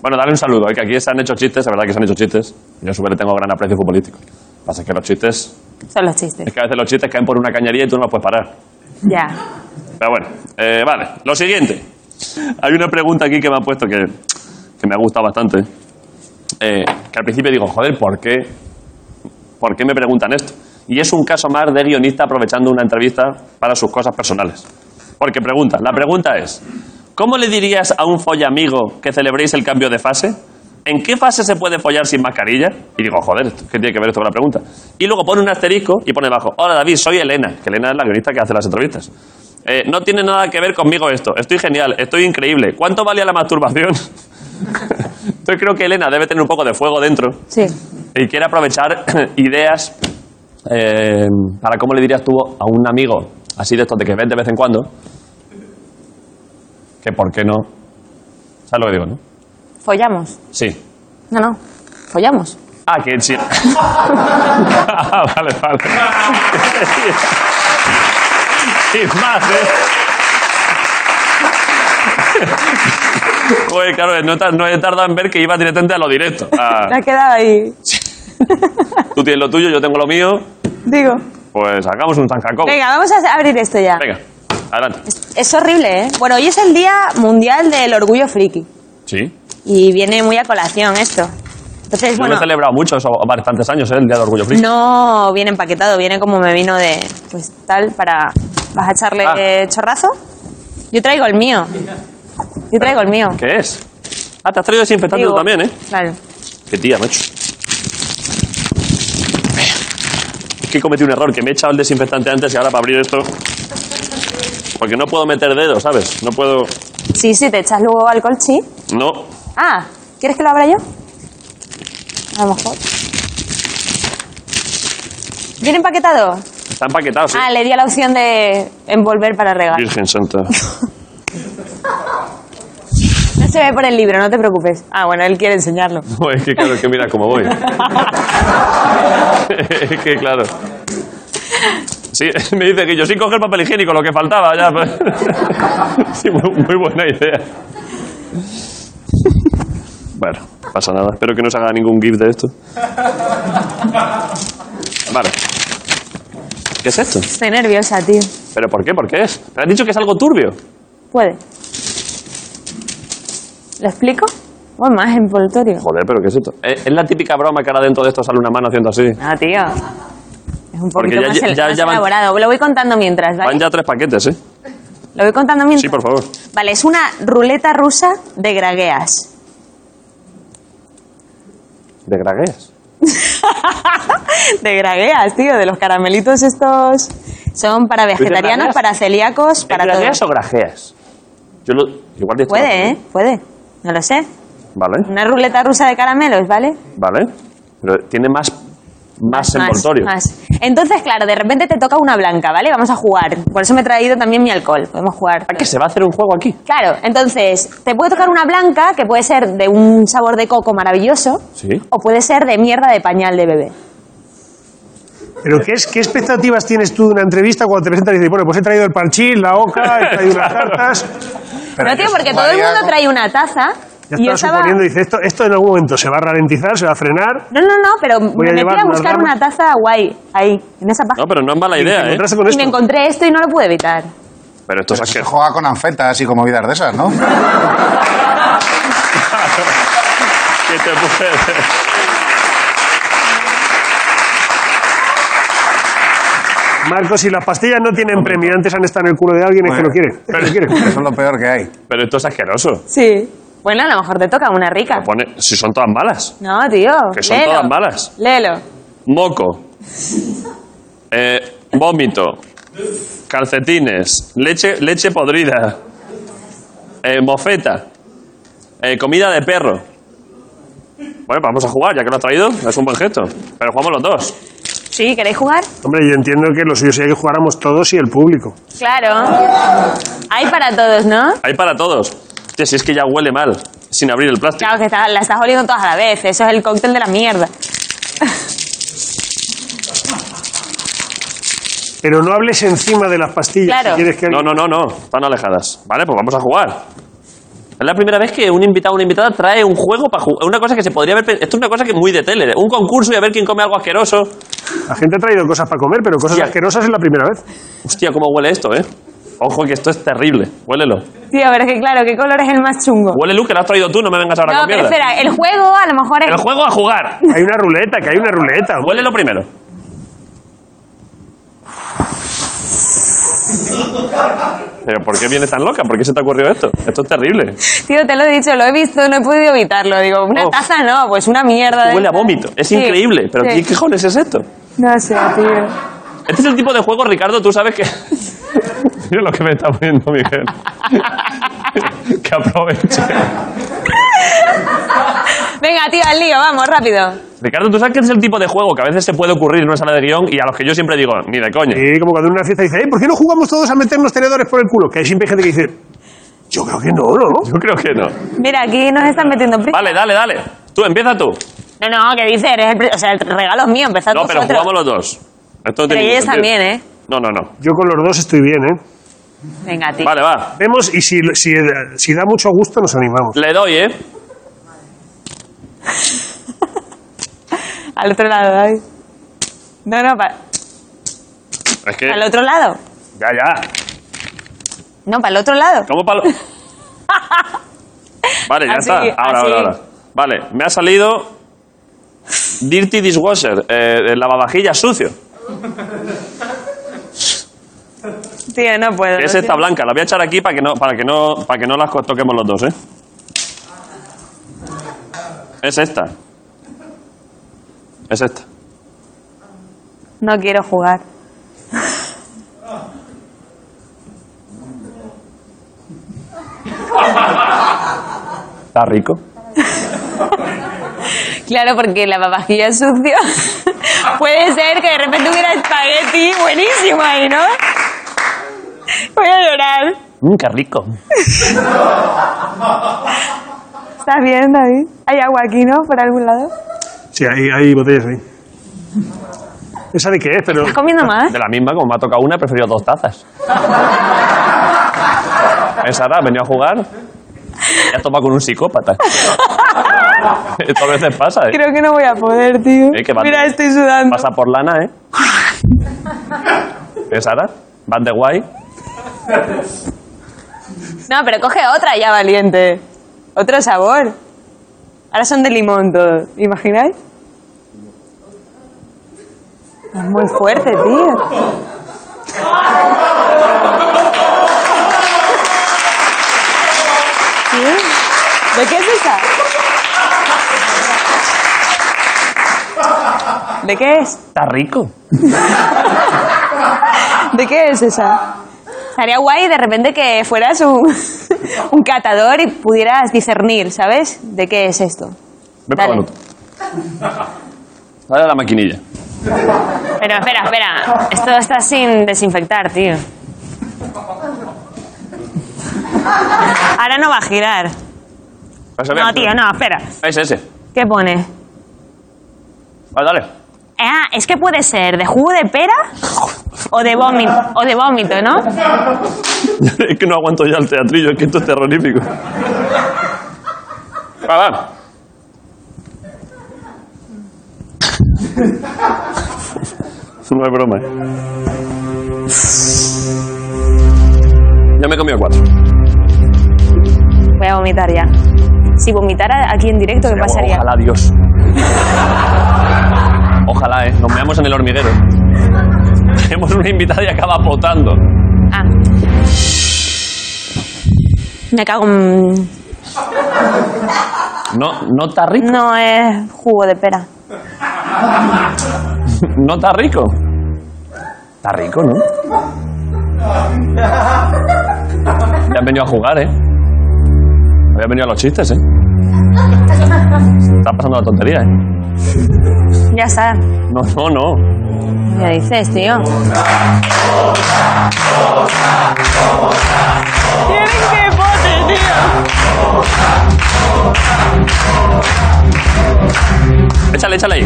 S1: Bueno, dale un saludo, ¿eh? que aquí se han hecho chistes, la verdad que se han hecho chistes. Yo súper le tengo gran aprecio futbolístico. Lo que pasa es que los chistes,
S9: Son los chistes.
S1: es que a veces los chistes caen por una cañería y tú no los puedes parar.
S9: Ya.
S1: Pero bueno, eh, vale, lo siguiente. Hay una pregunta aquí que me han puesto que, que me ha gustado bastante. Eh, que al principio digo, joder, ¿por qué? ¿Por qué me preguntan esto? Y es un caso más de guionista aprovechando una entrevista para sus cosas personales. Porque pregunta, la pregunta es, ¿cómo le dirías a un follamigo que celebréis el cambio de fase? ¿En qué fase se puede follar sin mascarilla? Y digo, joder, ¿esto- ¿qué tiene que ver esto con la pregunta? Y luego pone un asterisco y pone debajo, hola David, soy Elena, que Elena es la guionista que hace las entrevistas. Eh, no tiene nada que ver conmigo esto, estoy genial, estoy increíble. ¿Cuánto valía la masturbación? <laughs> Entonces creo que Elena debe tener un poco de fuego dentro
S9: Sí.
S1: y quiere aprovechar <clears throat> ideas eh, para cómo le dirías tú a un amigo así de estos de que ves de vez en cuando que por qué no ¿sabes lo que digo, no?
S9: Follamos.
S1: sí
S9: No, no. Follamos.
S1: ah, que sí <laughs> Ah, vale, vale <laughs> y más, ¿eh? <laughs> Joder, Pues claro, no, tar- no he tardado en ver que iba directamente a lo directo. Ah,
S9: Te has quedado
S1: <laughs>
S9: ahí.
S1: tú tienes lo tuyo, yo tengo lo mío.
S9: Digo.
S1: Pues hagamos un San Jacobo.
S9: Venga, vamos a abrir esto ya.
S1: Venga, adelante.
S9: Es horrible, ¿eh? Bueno, hoy es el Día Mundial del Orgullo Friki.
S1: Sí.
S9: Y viene muy a colación esto. Entonces,
S1: Yo
S9: bueno,
S1: lo he celebrado mucho, eso, bastantes años, ¿eh? el Día de Orgullo Friki.
S9: no viene empaquetado, viene como me vino de, pues tal, para... ¿Vas a echarle
S1: Ah.
S9: eh, chorrazo? Yo traigo el mío. Yo traigo el mío.
S1: ¿Qué es? Ah, te has traído desinfectante
S9: Digo,
S1: tú también, ¿eh?
S9: Claro.
S1: Qué tía, macho. Es que cometí un error, que me he echado el desinfectante antes y ahora para abrir esto... Porque no puedo meter dedos, ¿sabes? No puedo...
S9: Sí, sí, te echas luego alcohol, sí.
S1: No.
S9: Ah, ¿quieres que lo abra yo? A lo mejor. ¿Viene empaquetado?
S1: Está empaquetado, sí.
S9: Ah, le di a la opción de envolver para regalar.
S1: Virgen Santa. <laughs>
S9: No se ve por el libro, no te preocupes. Ah, bueno, él quiere enseñarlo.
S1: No, es que claro, es que <laughs> mira cómo voy. es que claro. Sí, <laughs> me dice que yo sí coge el papel higiénico, lo que faltaba ya. pues. <laughs> Sí, muy, muy buena idea. Bueno, pasa nada. Espero que no se haga ningún GIF de esto. Vale. ¿Qué es esto?
S9: <laughs> Estoy nerviosa, tío.
S1: ¿Pero por qué? ¿Por qué es? ¿Te has dicho que es algo turbio?
S9: Puede. ¿Lo explico? O más envoltorio.
S1: Joder, ¿pero qué es esto? Eh, Es es la típica broma que ahora dentro de esto sale una mano haciendo así.
S9: Ah, tío. Es un
S1: Porque
S9: poquito
S1: ya-
S9: más, el-
S1: ya-
S9: más
S1: ya van-
S9: elaborado. Lo voy contando mientras,
S1: Van
S9: ¿vale?
S1: ya tres paquetes, ¿eh?
S9: Lo voy contando mientras.
S1: Sí, por favor.
S9: Vale, es una ruleta rusa de gragueas.
S1: De gragueas.
S9: <laughs> de gragueas, tío, de los caramelitos estos. Son para vegetarianos,
S1: gragueas?
S9: para celíacos, para
S1: ¿Es grajeas
S9: todos.
S1: o grajeas? Yo lo... Igual dice-
S9: Puede, ¿eh? Puede. No lo sé.
S1: Vale,
S9: Una ruleta rusa de caramelos, ¿vale?
S1: vale. Pero tiene más, más, envoltorio.
S9: más. Entonces, claro, de repente te toca una blanca, ¿vale? Vamos a jugar. Por eso me he traído también mi alcohol. Podemos jugar.
S1: Ah, que se va a hacer un juego aquí.
S9: Claro, entonces, te puede tocar una blanca que puede ser de un sabor de coco maravilloso
S1: Sí.
S9: o puede ser de mierda de pañal de bebé.
S4: Pero ¿qué, es, ¿qué expectativas tienes tú de una entrevista cuando te presentas y dices, bueno, pues he traído el parchís, la oca, he traído unas cartas?
S9: no, tío, porque todo el
S5: María,
S9: mundo
S5: ¿no?
S9: trae una taza
S4: Ya
S9: <laughs> y yo
S4: estaba
S9: estaba...
S4: suponiendo, dice, esto, esto en algún momento se va a ralentizar, se va a frenar.
S9: No, no, no, pero
S4: a
S9: me metí
S4: llevar
S9: a
S4: unas
S9: buscar
S4: ramas.
S9: una taza guay, ahí, en esa
S1: No,
S9: página.
S1: pero no es mala idea, ¿eh?
S4: Encontrarse con
S9: y me
S4: esto.
S9: encontré esto y no lo pude evitar.
S1: Pero <laughs> esto es
S5: Eso se
S1: asqueroso.
S5: pues juega con anfetas y con movidas de esas, ¿no?
S1: ¿Qué te puede-
S4: Marcos, si las pastillas no tienen premio, antes han estado en el culo de alguien, es que
S5: Bueno.
S4: lo quiere. Es
S1: <laughs>
S4: que lo quiere.
S5: Eso es lo peor que hay.
S1: Pero esto es asqueroso.
S9: Sí. Bueno, a lo mejor te toca una rica.
S1: Pone- Si son todas malas.
S9: No, tío.
S1: pues, Que son
S9: léelo.
S1: todas malas.
S9: Léelo.
S1: Moco. Eh, vómito. Calcetines. Leche, leche podrida. Eh, mofeta. Eh, comida de perro. Bueno, pues vamos a jugar, ya que lo has traído. Es un buen gesto. Pero jugamos los dos.
S9: ¿Sí? ¿Queréis jugar?
S4: Hombre, yo entiendo que lo suyo sería que jugáramos todos y el público.
S9: Claro. Hay para todos, ¿no?
S1: Hay para todos. Hostia, si es que ya huele mal, sin abrir el plástico.
S9: Claro, que está- la estás oliendo todas a la vez. Eso es el cóctel de la mierda.
S4: Pero no hables encima de las pastillas.
S9: Claro.
S4: Si quieres que
S1: No,
S4: alguien-
S1: no, no, no. Están alejadas. Vale, pues vamos a jugar. Es la primera vez que un invitado o una invitada trae un juego para jugar. Una cosa que se podría haber. pe- Esto es una cosa que es muy de tele. Un concurso y a ver quién come algo asqueroso.
S4: La gente ha traído cosas para comer, pero cosas
S1: Hostia.
S4: asquerosas es la primera vez.
S1: Hostia, cómo huele esto, eh. Ojo, que esto es terrible. Huélelo.
S9: Tío, pero es que claro, ¿qué color es el más chungo?
S1: Huélelo, que lo has traído tú, no me vengas ahora
S9: No,
S1: con
S9: pero
S1: mierda.
S9: espera, el juego a lo mejor es.
S1: El juego a jugar.
S4: Hay una ruleta, que hay una ruleta. hombre.
S1: Huélelo primero. ¿Pero por qué vienes tan loca? ¿Por qué se te ha ocurrido esto? Esto es terrible.
S9: Tío, te lo he dicho, lo he visto, no he podido evitarlo. Digo, una
S1: Oh.
S9: taza no, pues una mierda. de
S1: Huele a
S9: estas.
S1: vómito. Es
S9: Sí,
S1: increíble. ¿Pero
S9: sí.
S1: qué cojones es esto?
S9: No sé, tío.
S1: Este es el tipo de juego, Ricardo, tú sabes que... <laughs> Mira lo que me está poniendo <laughs> Miguel. que aproveche.
S9: Venga, tío, al lío, vamos, rápido.
S1: Ricardo, tú sabes que este es el tipo de juego que a veces se puede ocurrir en una sala de guión y a los que yo siempre digo, ni de coña.
S4: Y como cuando en una fiesta dice, "Eh, ¿por qué no jugamos todos a meternos tenedores por el culo? Que hay siempre gente que dice, yo creo que no, ¿no?
S1: Yo creo que no.
S9: Mira, aquí nos están metiendo prisa.
S1: Vale, dale, dale. Tú, empieza tú.
S9: No, no, ¿qué dices? Eres el, pri- o sea, el regalo es mío, empezad
S1: No, pero
S9: vosotros.
S1: jugamos los dos. Esto no
S9: Pero
S1: tiene ningún
S9: ellos
S1: sentido.
S9: también, ¿eh?
S1: No, no, no.
S4: Yo con los dos estoy bien, ¿eh?
S9: Venga, tío.
S1: Vale, va.
S4: Vemos y si, si, si da mucho gusto nos animamos.
S1: Le doy, ¿eh?
S9: Al otro lado, ahí. No, no, pa-
S1: Es que...
S9: al otro lado.
S1: Ya, ya.
S9: No, para el otro lado.
S1: ¿Cómo
S9: <laughs>
S1: palo? vale, ya
S9: Así,
S1: está. Ahora,
S9: así.
S1: ahora, ahora. Vale, me ha salido Dirty Dishwasher, eh, el lavavajillas sucio.
S9: Tío, no puedo.
S1: Que es
S9: lo
S1: esta
S9: siento.
S1: blanca. La voy a echar aquí para que no, para que no, para que no las co- toquemos los dos, ¿eh? Es esta. Es esta.
S9: No quiero jugar.
S1: Está rico.
S9: Claro, porque la papajilla es sucio. <laughs> Puede ser que de repente hubiera espagueti buenísimo ahí, ¿no? Voy a llorar.
S1: Mmm, qué rico.
S9: ¿Estás bien, David? Hay agua aquí, ¿no? Por algún lado.
S4: Sí, hay, hay botellas ahí. ¿Esa de qué es? Pero
S9: ¿Estás comiendo más?
S1: De la misma, como me ha tocado una, he preferido dos <laughs> tazas. Esa era, venía a jugar. Ya toma con un <laughs> psicópata. Esto a veces pasa, ¿eh?
S9: Creo que no voy a poder, tío.
S1: Eh, que van
S9: Mira,
S1: de-
S9: estoy sudando.
S1: Pasa por <laughs> lana, ¿eh? Esa era, van de guay.
S9: No, pero coge otra ya valiente. Otro sabor. Ahora son de limón todos. ¿Imagináis? Es muy fuerte, tío. Tío, ¿De qué es esa? ¿De qué es?
S1: Está rico.
S9: ¿De qué es esa? Estaría guay de repente que fueras un, <laughs> un catador y pudieras discernir, ¿sabes? ¿De qué es esto?
S1: Ve para
S9: Dale.
S1: otro. Dale a la maquinilla.
S9: Pero espera, espera. Esto está sin desinfectar, tío. Ahora no va a girar.
S1: Ese, ve.
S9: No, tío, no, espera.
S1: Es ese.
S9: ¿Qué pone?
S1: Vale, dale.
S9: Ah, es que puede ser de jugo de pera o de vómito, o de vómito, ¿no?
S1: <laughs> es que no aguanto ya el teatrillo, es que esto es terrorífico. Va, va. <laughs> No es broma. ¿eh? Ya me he comido cuatro.
S9: Voy a vomitar ya. Si vomitara aquí en directo, ¿qué pasaría?
S1: Ojalá, Dios. <laughs> Ojalá, ¿eh? Nos meamos en el hormiguero. <laughs> Tenemos una invitada y acaba potando.
S9: Ah. Me cago en...
S1: No, no está rico.
S9: No es jugo de pera.
S1: No está rico. Está rico, ¿no? Ya han venido a jugar, ¿eh? Habían venido a los chistes, ¿eh? Se Está pasando la tontería, ¿eh?
S9: Ya está.
S1: No, no, no.
S9: ¿Qué dices, tío? Tienen que bote, tío.
S1: Échale, échale ahí.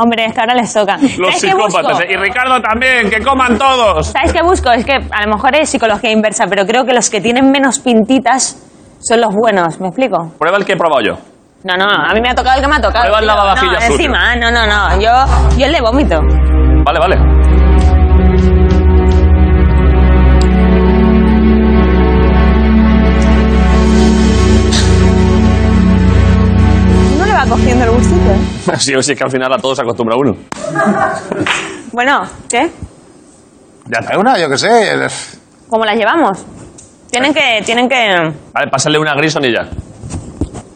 S9: Hombre, es que ahora les toca.
S1: Los
S9: ¿Sabes qué
S1: psicópatas.
S9: busco?
S1: ¿eh? Y Ricardo también, que coman todos.
S9: ¿Sabes qué busco? Es que a lo mejor es psicología inversa, pero creo que los que tienen menos pintitas son los buenos. ¿Me explico?
S1: Prueba el que he probado yo.
S9: No, no, a mí me ha tocado el que me ha tocado.
S1: Prueba el
S9: tío.
S1: lavavajillas
S9: No,
S1: sucio.
S9: encima, no, no, no. Yo, yo el de vómito.
S1: Vale, vale.
S9: No le va cogiendo el gustito.
S1: <laughs> Sí o sí, es que al final a todos se acostumbra uno.
S9: Bueno, ¿qué?
S1: Ya está.
S5: Es una, yo qué sé. es-
S9: ¿Cómo las llevamos? Tienen que, tienen que...
S1: Vale, pásale una Grison y ya.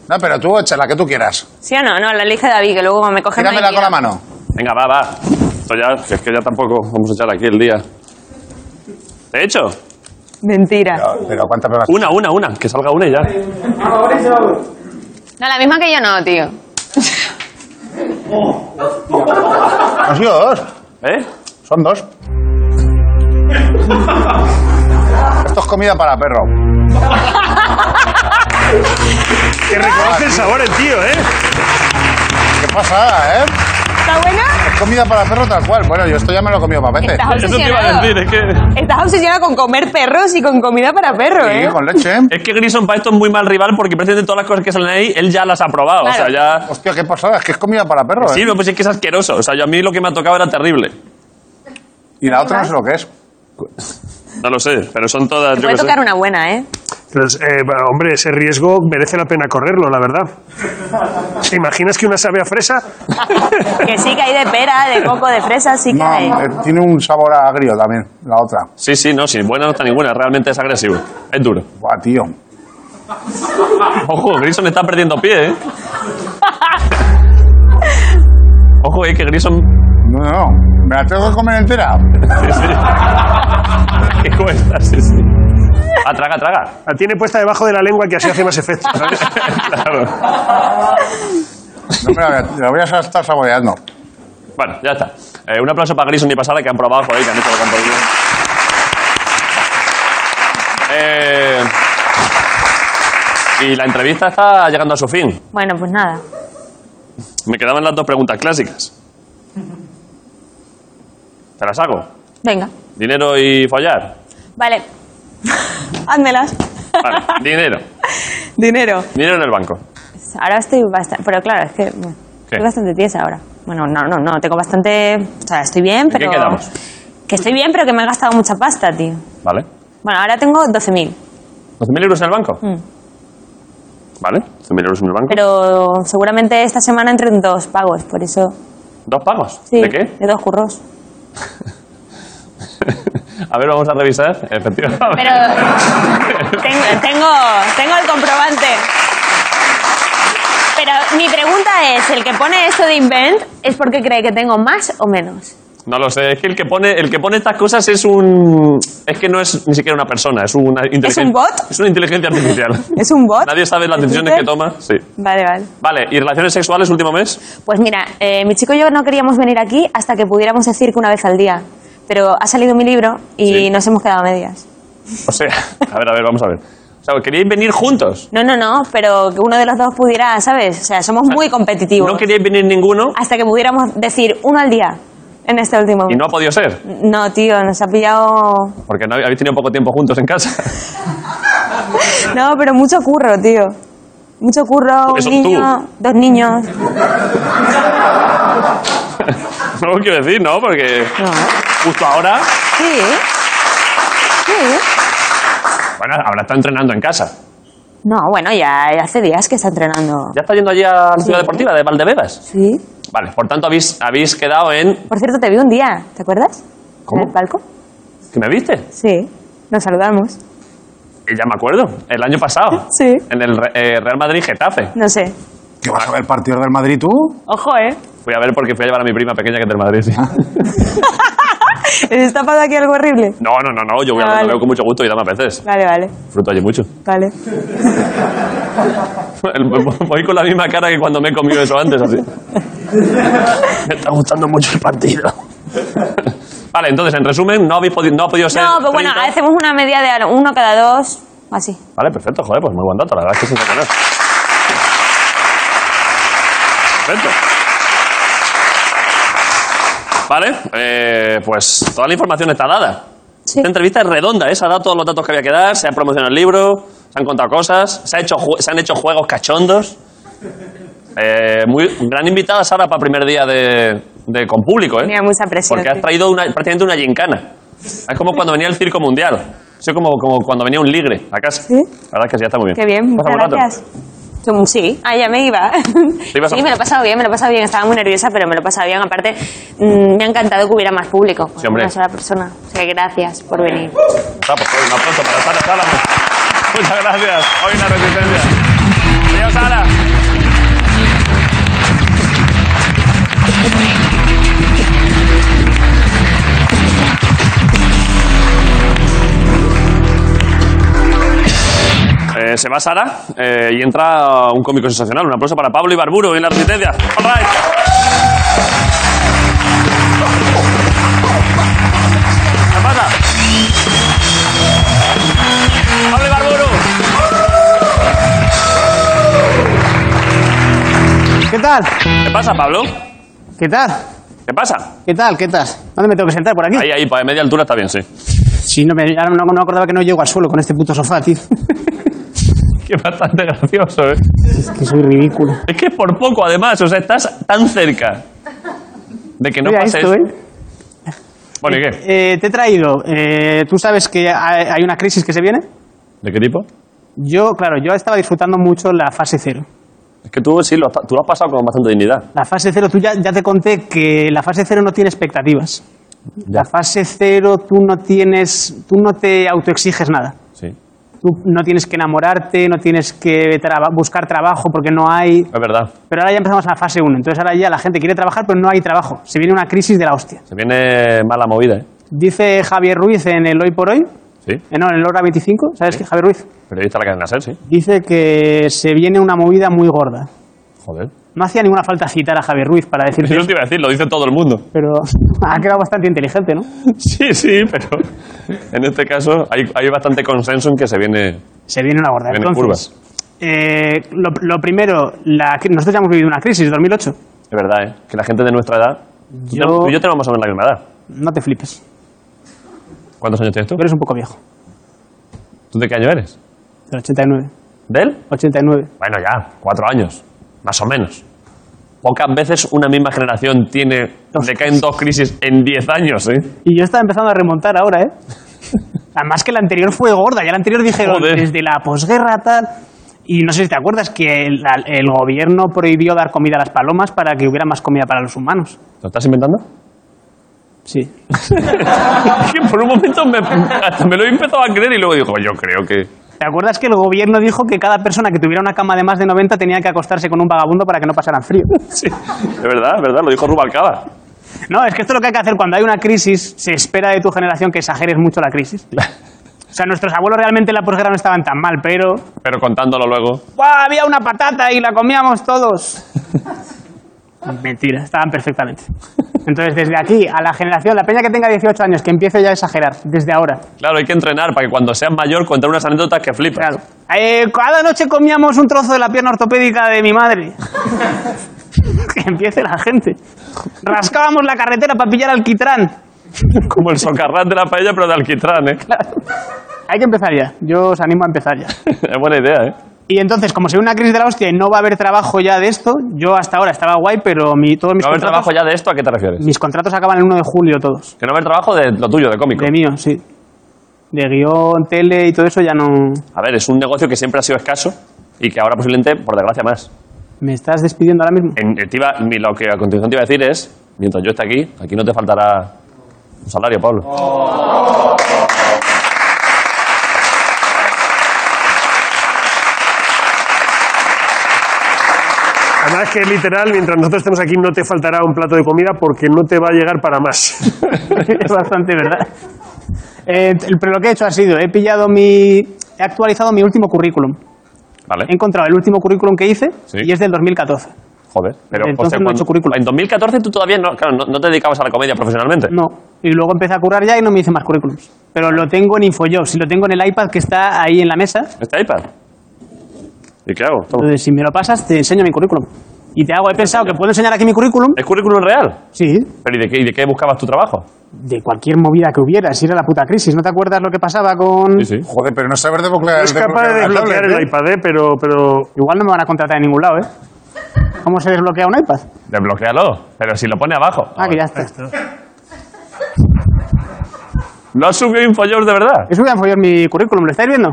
S5: No, pero tú echa la que tú quieras.
S9: ¿Sí o no? No, la elige David, que luego me coge...
S5: Tíramela con la mano.
S1: Venga, va, va. Esto ya, que es que ya tampoco vamos a echar aquí el día. De hecho,
S9: Mentira.
S5: Pero, pero ¿cuántas pruebas?
S1: una, una, una, que salga una y ya.
S9: No, la misma que yo no, tío.
S5: Han sido dos.
S1: ¿Eh?
S5: Son dos. Esto es comida para perro.
S4: que reconoce el sabor el tío, ¿eh?
S5: Qué pasada, ¿eh?
S9: ¿Está buena?
S5: Es comida para perro tal cual. Bueno, yo esto ya me lo he comido para veces.
S9: Estás
S1: Eso te iba a
S9: obsesionado.
S1: decir, es que,
S9: Estás obsesionado con comer perros y con comida para perro, ¿eh?
S5: Sí, con leche.
S1: es que Grison para esto es muy mal rival porque precisamente todas las cosas que salen ahí, él ya las ha probado. O sea,
S9: Claro.
S1: ya.
S5: Hostia, qué pasada. Es que es comida para perro,
S1: Sí,
S5: ¿eh?
S1: no, pues es que es asqueroso. O sea, yo a mí lo que me ha tocado era terrible.
S5: Y la otra no sé lo que es.
S1: No lo sé, pero son todas. Yo
S9: Te puede
S1: qué sé.
S9: tocar una buena, ¿eh?
S4: Entonces, eh, bueno, hombre, ese riesgo merece la pena correrlo, la verdad. ¿Te imaginas que una sabe a fresa?
S9: que sí, que hay de pera, de coco, de fresa, sí que
S5: No,
S9: hay.
S5: eh, tiene un sabor agrio también, la otra.
S1: <laughs> Sí, sí, no, sí, buena no está ninguna, realmente es agresivo. Es duro.
S5: Buah, tío.
S1: Ojo, Grison está perdiendo pie, ¿eh? Ojo, eh, que Grison.
S5: No, no. ¿Me la tengo que comer entera?
S1: Sí, sí. ¿Qué cuesta? Sí, sí. Ah, traga, traga. <laughs>
S4: La tiene puesta debajo de la lengua que así hace más
S2: <laughs>
S4: efecto.
S1: claro.
S5: No, me la, voy a- la voy a estar saboreando.
S1: Bueno, ya está. Eh, un aplauso para Grison y Pasada que han probado por ahí, que han hecho lo que han podido. Eh, y la entrevista está llegando a su fin.
S9: Bueno, pues nada.
S1: Me quedaban las dos preguntas clásicas. Te las hago.
S9: Venga.
S1: Dinero y follar.
S9: <laughs> Vale. Házmelas.
S1: Vale, <laughs> dinero.
S9: Dinero.
S1: Dinero en el banco.
S9: Ahora estoy bastante. Pero claro, es que. bueno,
S1: ¿Qué?
S9: Estoy bastante tiesa ahora. Bueno, no, no, no. Tengo bastante. O sea, estoy bien,
S1: qué
S9: pero.
S1: quedamos?
S9: Que estoy bien, pero que me he gastado mucha pasta, tío.
S1: Vale.
S9: Bueno, ahora tengo 12.000.
S1: ¿12.000 euros en el banco? Vale, 12.000 euros en el banco.
S9: Mm. Pero seguramente esta semana entren dos pagos, por eso.
S1: ¿Dos pagos?
S9: Sí,
S1: ¿De qué? <laughs>
S9: De dos curros.
S1: A ver, vamos a revisar. Efectivamente. <laughs>
S9: Pero. tengo, tengo, tengo el comprobante. Pero mi pregunta es: ¿el que pone eso de invent es porque cree que tengo más o menos?
S1: No lo sé, es que el que pone, el que pone estas cosas es un. Es que no es ni siquiera una persona, es una inteligencia.
S9: bot?
S1: Es una inteligencia artificial.
S9: <laughs> ¿Es un bot?
S1: Nadie sabe las
S9: ¿Es
S1: decisiones que
S9: Twitter?
S1: toma. Sí.
S9: Vale, vale.
S1: Vale, ¿y relaciones sexuales último mes?
S9: Pues mira, eh, mi chico y yo no queríamos venir aquí hasta que pudiéramos decir que una vez al día. Pero ha salido mi libro y
S1: Sí.
S9: nos hemos quedado a medias.
S1: O
S9: <laughs>
S1: sea, a ver, a ver, vamos a ver. O sea, queríais venir juntos.
S9: No, no, no, pero que uno de los dos pudiera, ¿sabes? O sea, somos muy competitivos.
S1: Ah, No queríais venir ninguno
S9: Hasta que pudiéramos decir uno al día en este último
S1: y no ha podido ser.
S9: No, tío, nos ha pillado.
S1: Porque no hab- habéis tenido poco tiempo juntos en casa. <laughs>
S9: No, pero mucho curro, tío. Mucho curro,
S1: Eso
S9: un
S1: tú.
S9: niño, dos niños.
S1: No lo quiero decir, ¿no? Porque
S9: No.
S1: justo ahora.
S9: Sí. Sí.
S1: Bueno, ahora está entrenando en casa.
S9: No, bueno, ya hace días que está entrenando.
S1: Ya está yendo allí a la ciudad deportiva de Valdebebas.
S9: Sí.
S1: Vale, por tanto habéis, habéis quedado en.
S9: Por cierto, te vi un día, ¿te acuerdas?
S1: ¿Cómo?
S9: ¿En el palco?
S1: ¿Que me viste?
S9: Sí. Nos saludamos.
S1: Eh, Ya me acuerdo, el año pasado.
S9: <laughs> Sí.
S1: En el Re- eh, Real Madrid Getafe.
S9: No sé.
S5: ¿Qué vas a ver partido del Madrid tú?
S9: Ojo, ¿eh? <laughs>
S1: Fui a ver porque fui a llevar a mi prima pequeña que es del Madrid. sí.
S9: Ah. ¿Está pasando aquí algo horrible?
S1: No, no, no, no, yo voy a
S9: Ah,
S1: verlo
S9: vale.
S1: veo con mucho gusto y dame a veces.
S9: Vale, vale,
S1: Fruto allí mucho. <laughs>
S9: vale.
S1: El- Voy con la misma cara que cuando me he comido eso antes,
S9: <laughs>
S1: así. Me está gustando mucho el partido. <laughs> Vale, entonces, en resumen, no, habéis podi- no ha podido ser.
S9: No, pero bueno,
S1: 30.
S9: hacemos una media de uno cada dos, así.
S1: Vale, perfecto, joder, pues muy buen dato, la verdad es que es sensacional. Perfecto. Vale, eh, pues toda la información está dada.
S9: Sí.
S1: Esta entrevista es redonda, ¿eh? se ha dado todos los datos que había que dar, se ha promocionado el libro, se han contado cosas, se, ha hecho ju- se han hecho juegos cachondos. Eh, muy, gran invitada Sara para primer día de, de con público, ¿eh?
S9: Tenía mucha presión.
S1: Porque has
S9: sí.
S1: traído una, prácticamente una gincana. Es como cuando venía el circo mundial. Es como, como cuando venía un ligre a casa.
S9: Sí.
S1: La verdad es que sí, está muy bien.
S9: Qué bien,
S1: Pasa
S9: muchas
S1: buen rato.
S9: gracias. Tú- Sí, ah, ya me iba.
S1: vas a-
S9: Sí, me lo he pasado bien, me lo he pasado bien. Estaba muy nerviosa, pero me lo he pasado bien. Aparte, mm, me ha encantado que hubiera más público.
S1: Sí, hombre.
S9: Una sola persona. O sea, que gracias por venir.
S1: Está, pues, un aplauso para Sara Salamo. Muchas gracias. Hoy la resistencia. Adiós, Sara. Eh, se va Sara eh, y entra un cómico sensacional. Un aplauso para Pablo Ibarburo en la resistencia. All right. ¿Qué pasa? ¡Pablo Ibarburu!
S2: ¿Qué tal?
S1: ¿Qué pasa, Pablo?
S2: ¿Qué tal?
S1: ¿Qué pasa?
S2: ¿Qué tal? ¿Qué tal? ¿Dónde me tengo que sentar? ¿Por aquí?
S1: Ahí, ahí, para media altura está bien, <laughs> sí.
S2: Sí, no me, ahora no, no acordaba que no llego al suelo con este puto sofá,
S6: <laughs>
S2: tío.
S1: Que bastante gracioso, ¿eh?
S2: Es que soy ridículo.
S1: Es que por poco, además, o sea, estás tan cerca de que no
S2: Mira
S1: pase
S2: esto,
S1: eso.
S2: ¿eh?
S1: Bueno, ¿y qué?
S2: Eh, te he traído. eh, Tú sabes que hay hay una crisis que se viene.
S1: ¿De qué tipo?
S2: Yo, claro, yo estaba disfrutando mucho la fase cero.
S1: Es que tú sí, lo has, pa- tú lo has pasado con bastante dignidad.
S2: La fase cero, tú ya, ya te conté que la fase cero no tiene expectativas. La fase cero, tú no tienes, tú no te autoexiges nada.
S1: Sí. Es
S2: Tú no tienes que enamorarte, no tienes que traba- buscar trabajo porque no hay.
S1: verdad.
S2: Pero ahora ya empezamos la fase 1, entonces ahora ya la gente quiere trabajar, pero no hay trabajo. Se viene una crisis de la hostia.
S1: Se viene mala movida, ¿eh?
S2: Dice Javier Ruiz en el Hoy por Hoy,
S1: Sí.
S2: eh, no, en el Hora 25, ¿sabes qué? Javier Ruiz?
S1: Periodista de la cadena ser, sí.
S2: Dice que se viene una movida muy gorda.
S1: Joder.
S2: No hacía ninguna falta citar a Javier Ruiz para decir
S1: Eso te iba a decir, lo dice todo el mundo.
S2: pero ha quedado bastante inteligente, ¿no?
S1: Sí, sí, pero en este caso hay, hay bastante consenso en que se viene...
S2: Se viene una gorda.
S1: Viene
S2: Entonces, eh, lo, lo primero, la, cri- nosotros ya hemos vivido una crisis, 2008.
S1: Es verdad, ¿eh? Que la gente de nuestra edad Tú y yo tenemos más o menos la misma edad.
S2: No te flipes.
S1: ¿Cuántos años tienes tú?
S2: Tú eres un poco viejo.
S1: ¿Tú de qué año eres?
S2: Del 89.
S1: ¿De él?
S2: 89.
S1: Bueno, ya, cuatro años, más o menos. Pocas veces una misma generación tiene, le caen dos crisis en diez años, ¿eh?
S2: Y yo estaba empezando a remontar ahora, ¿eh? Además que la anterior fue gorda. Ya la anterior dijeron
S1: Joder.
S2: desde la posguerra tal... Y no sé si te acuerdas que el, al- el gobierno prohibió dar comida a las palomas para que hubiera más comida para los humanos.
S1: ¿Lo estás inventando? <laughs>
S2: Sí.
S1: que por un momento me, hasta me lo he empezado a creer y luego digo, yo creo que...
S2: ¿Te acuerdas que el gobierno dijo que cada persona que tuviera una cama de más de 90 tenía que acostarse con un vagabundo para que no pasaran frío?
S1: Sí, es verdad, es verdad, lo dijo Rubalcaba.
S2: No, es que esto es lo que hay que hacer cuando hay una crisis. Se espera de tu generación que exageres mucho la crisis. O sea, nuestros abuelos realmente en la posguerra no estaban tan mal, pero...
S1: Pero contándolo luego,
S2: ¡Buah, había una patata y la comíamos todos! Mentira, estaban perfectamente. Entonces, desde aquí a la generación, la peña que tenga 18 años, que empiece ya a exagerar, desde ahora.
S1: claro, hay que entrenar para que cuando seas mayor contar unas anécdotas que flipas.
S2: Claro. Eh, cada noche comíamos un trozo de la pierna ortopédica de mi madre. que empiece la gente. Rascábamos la carretera para pillar alquitrán.
S1: <laughs> Como el socarrat de la paella, pero de alquitrán, ¿eh?
S2: Hay que empezar ya. Yo os animo a empezar ya.
S1: <laughs> es buena idea, ¿eh?
S2: Y entonces, como se ve una crisis de la hostia y no va a haber trabajo ya de esto, yo hasta ahora estaba guay, pero mi, todos mis,
S1: No haber
S2: contratos,
S1: trabajo ya de esto, ¿a qué te refieres?
S2: mis contratos acaban el 1 de julio todos.
S1: Que no haber trabajo de lo tuyo, de cómico.
S2: De mío, sí. De guión, tele y todo eso ya no...
S1: A ver, es un negocio que siempre ha sido escaso y que ahora posiblemente, por desgracia, más.
S2: ¿Me estás despidiendo ahora mismo?
S1: En, te iba- mi- lo que a continuación te iba a decir es, mientras yo esté aquí, aquí no te faltará un salario, Pablo.
S4: Además que literal, mientras nosotros estemos aquí no te faltará un plato de comida porque no te va a llegar para
S2: <laughs>
S4: más.
S2: es bastante verdad. <laughs> Eh, el- pero lo que he hecho ha sido, he pillado mi... He actualizado mi último currículum.
S1: ¿Vale?
S2: He encontrado el último currículum que hice
S1: Sí.
S2: y es del 2014.
S1: Joder. Pero,
S2: Entonces no he
S1: cuando-
S2: hecho currículum.
S1: En 2014 tú todavía no, claro, no, no te dedicabas a la comedia profesionalmente.
S2: No. Y luego empecé a curar ya y no me hice más currículums. Pero lo tengo en InfoJobs y lo tengo en el iPad que está ahí en la mesa.
S1: ¿Este iPad? ¿Y qué hago? Toma.
S2: Entonces, si me lo pasas, te enseño mi currículum. Y te hago, he pensado que puedo enseñar aquí mi currículum.
S1: ¿Es currículum real?
S2: Sí,
S1: ¿Pero y de qué, y de qué buscabas tu trabajo?
S2: de cualquier movida que hubiera, si era la puta crisis. ¿No te acuerdas lo que pasaba con...?
S1: sí.
S5: Joder, pero no saber desbloquear
S4: Es capaz de
S5: desbloquear la
S4: desbloquear
S5: tablet,
S4: el
S5: ¿eh?
S4: iPad, ¿eh? pero, pero
S2: Igual no me van a contratar en ningún lado, ¿eh? ¿Cómo se desbloquea un iPad?
S1: Desbloquealo. Pero si lo pone abajo.
S2: Ah, que ya está.
S1: ¿Lo has subido a InfoJobs de verdad?
S2: Es un follar mi currículum, ¿lo estáis viendo?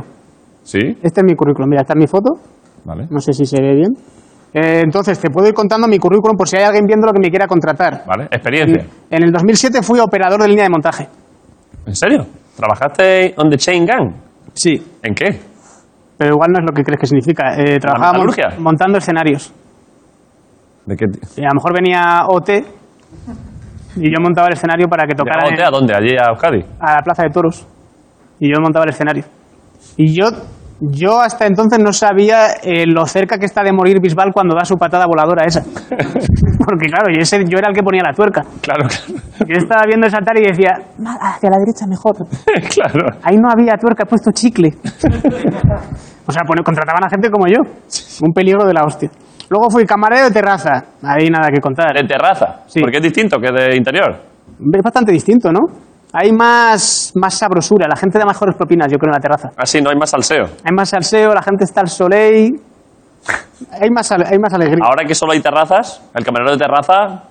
S1: Sí.
S2: Este es mi currículum, mira, está mi foto.
S1: Vale.
S2: No sé si se ve bien. Eh, entonces, te puedo ir contando mi currículum por si hay alguien viendo lo que me quiera contratar.
S1: Vale. Experiencia.
S2: En el 2007 fui operador de línea de montaje.
S1: ¿En serio? ¿Trabajaste on the chain gang?
S2: Sí.
S1: ¿En qué?
S2: Pero igual no es lo que crees que significa. Eh, trabajaba mon-
S1: metalurgia?
S2: montando escenarios.
S1: ¿De qué?
S2: Eh, a lo mejor venía OT y yo montaba el escenario para que tocaran
S1: ¿A dónde? ¿Allí a Euskadi?
S2: en- a la Plaza de Toros. Y yo montaba el escenario. Y yo, yo hasta entonces no sabía eh, lo cerca que está de morir Bisbal cuando da su patada voladora esa. Porque claro, yo, ese- yo era el que ponía la tuerca.
S1: Claro, claro. <laughs>
S2: Yo estaba viendo saltar y decía, "Ma- hacia la derecha mejor.
S1: claro.
S2: Ahí no había tuerca, he puesto chicle. o sea, pone- contrataban a gente como yo. Un peligro de la hostia. Luego fui camarero de terraza. Ahí nada que contar.
S1: De terraza.
S2: Sí.
S1: Porque es distinto que de interior.
S2: Es bastante distinto, ¿no? Hay más, más sabrosura. La gente da mejores propinas, yo creo, en la terraza.
S1: Así no hay más salseo.
S2: Hay más salseo, la gente está al soleil. Hay más, ale- hay más alegría.
S1: Ahora que solo hay terrazas, el camarero de terraza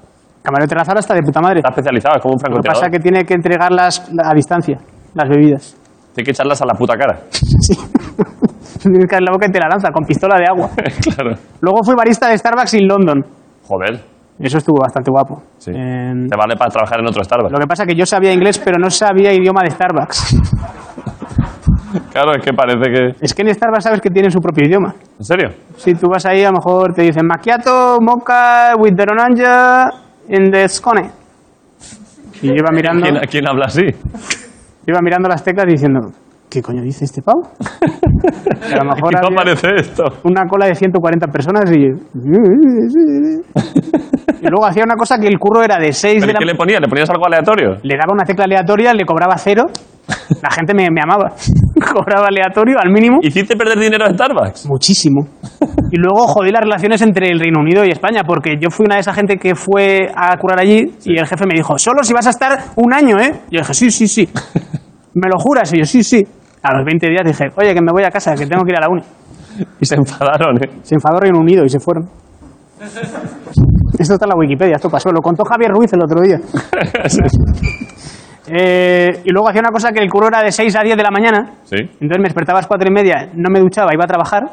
S2: Camarero de terraza ahora está de puta madre.
S1: está especializado, es como un
S2: Lo que pasa
S1: francotirador.
S2: es que tiene que entregarlas a distancia, las bebidas. <laughs>
S1: Tiene que echarlas a la puta cara.
S2: Sí. Tienes que darle la boca y te la lanza con pistola de
S1: <laughs>
S2: agua.
S1: <laughs> claro.
S2: Luego fui barista de Starbucks en London.
S1: Joder.
S2: Eso estuvo bastante guapo.
S1: Sí.
S2: Eh,
S1: Te vale para trabajar en otro Starbucks.
S2: lo que pasa es que yo sabía inglés, pero no sabía idioma de Starbucks. <laughs>
S1: Claro, es que parece que.
S2: Es que en Starbucks sabes que tienen su propio idioma.
S1: ¿En serio?
S2: Si tú vas ahí, a lo mejor te dicen macchiato, mocha, with the orange in the scone. Y yo iba mirando,
S1: ¿Quién, quién habla así?
S2: iba mirando las teclas diciendo, ¿qué coño dice este pavo? a lo mejor
S1: Aquí <laughs> no
S2: había-
S1: aparece esto.
S2: Una cola de 140 personas y... y luego hacía una cosa que el curro era de 6
S1: ¿Pero
S2: de
S1: y
S2: la
S1: qué le ponías? ¿Le ponías algo aleatorio?
S2: le daba una tecla aleatoria, le cobraba cero, la gente me, me amaba. <laughs> Cobraba aleatorio al mínimo.
S1: ¿Hiciste perder dinero a Starbucks?
S2: Muchísimo. Y luego jodí las relaciones entre el Reino Unido y España, porque yo fui una de esa gente que fue a curar allí y el jefe me dijo, solo si vas a estar un año, ¿eh? Y yo dije, sí,
S1: <laughs>
S2: sí, sí. ¿Me lo juras? Y yo, sí, sí. A los 20 días dije, oye, que me voy a casa, que tengo que ir a la uni.
S1: Y se enfadaron, ¿eh? <laughs>
S2: Se enfadó Reino Unido y se fueron. Esto está en la Wikipedia, esto pasó. Lo contó Javier Ruiz el otro día. Eh, y luego hacía una cosa que el curro era de 6 a 10 de la mañana.
S1: Sí.
S2: Entonces me despertaba a las 4 y media, no me duchaba, iba a trabajar.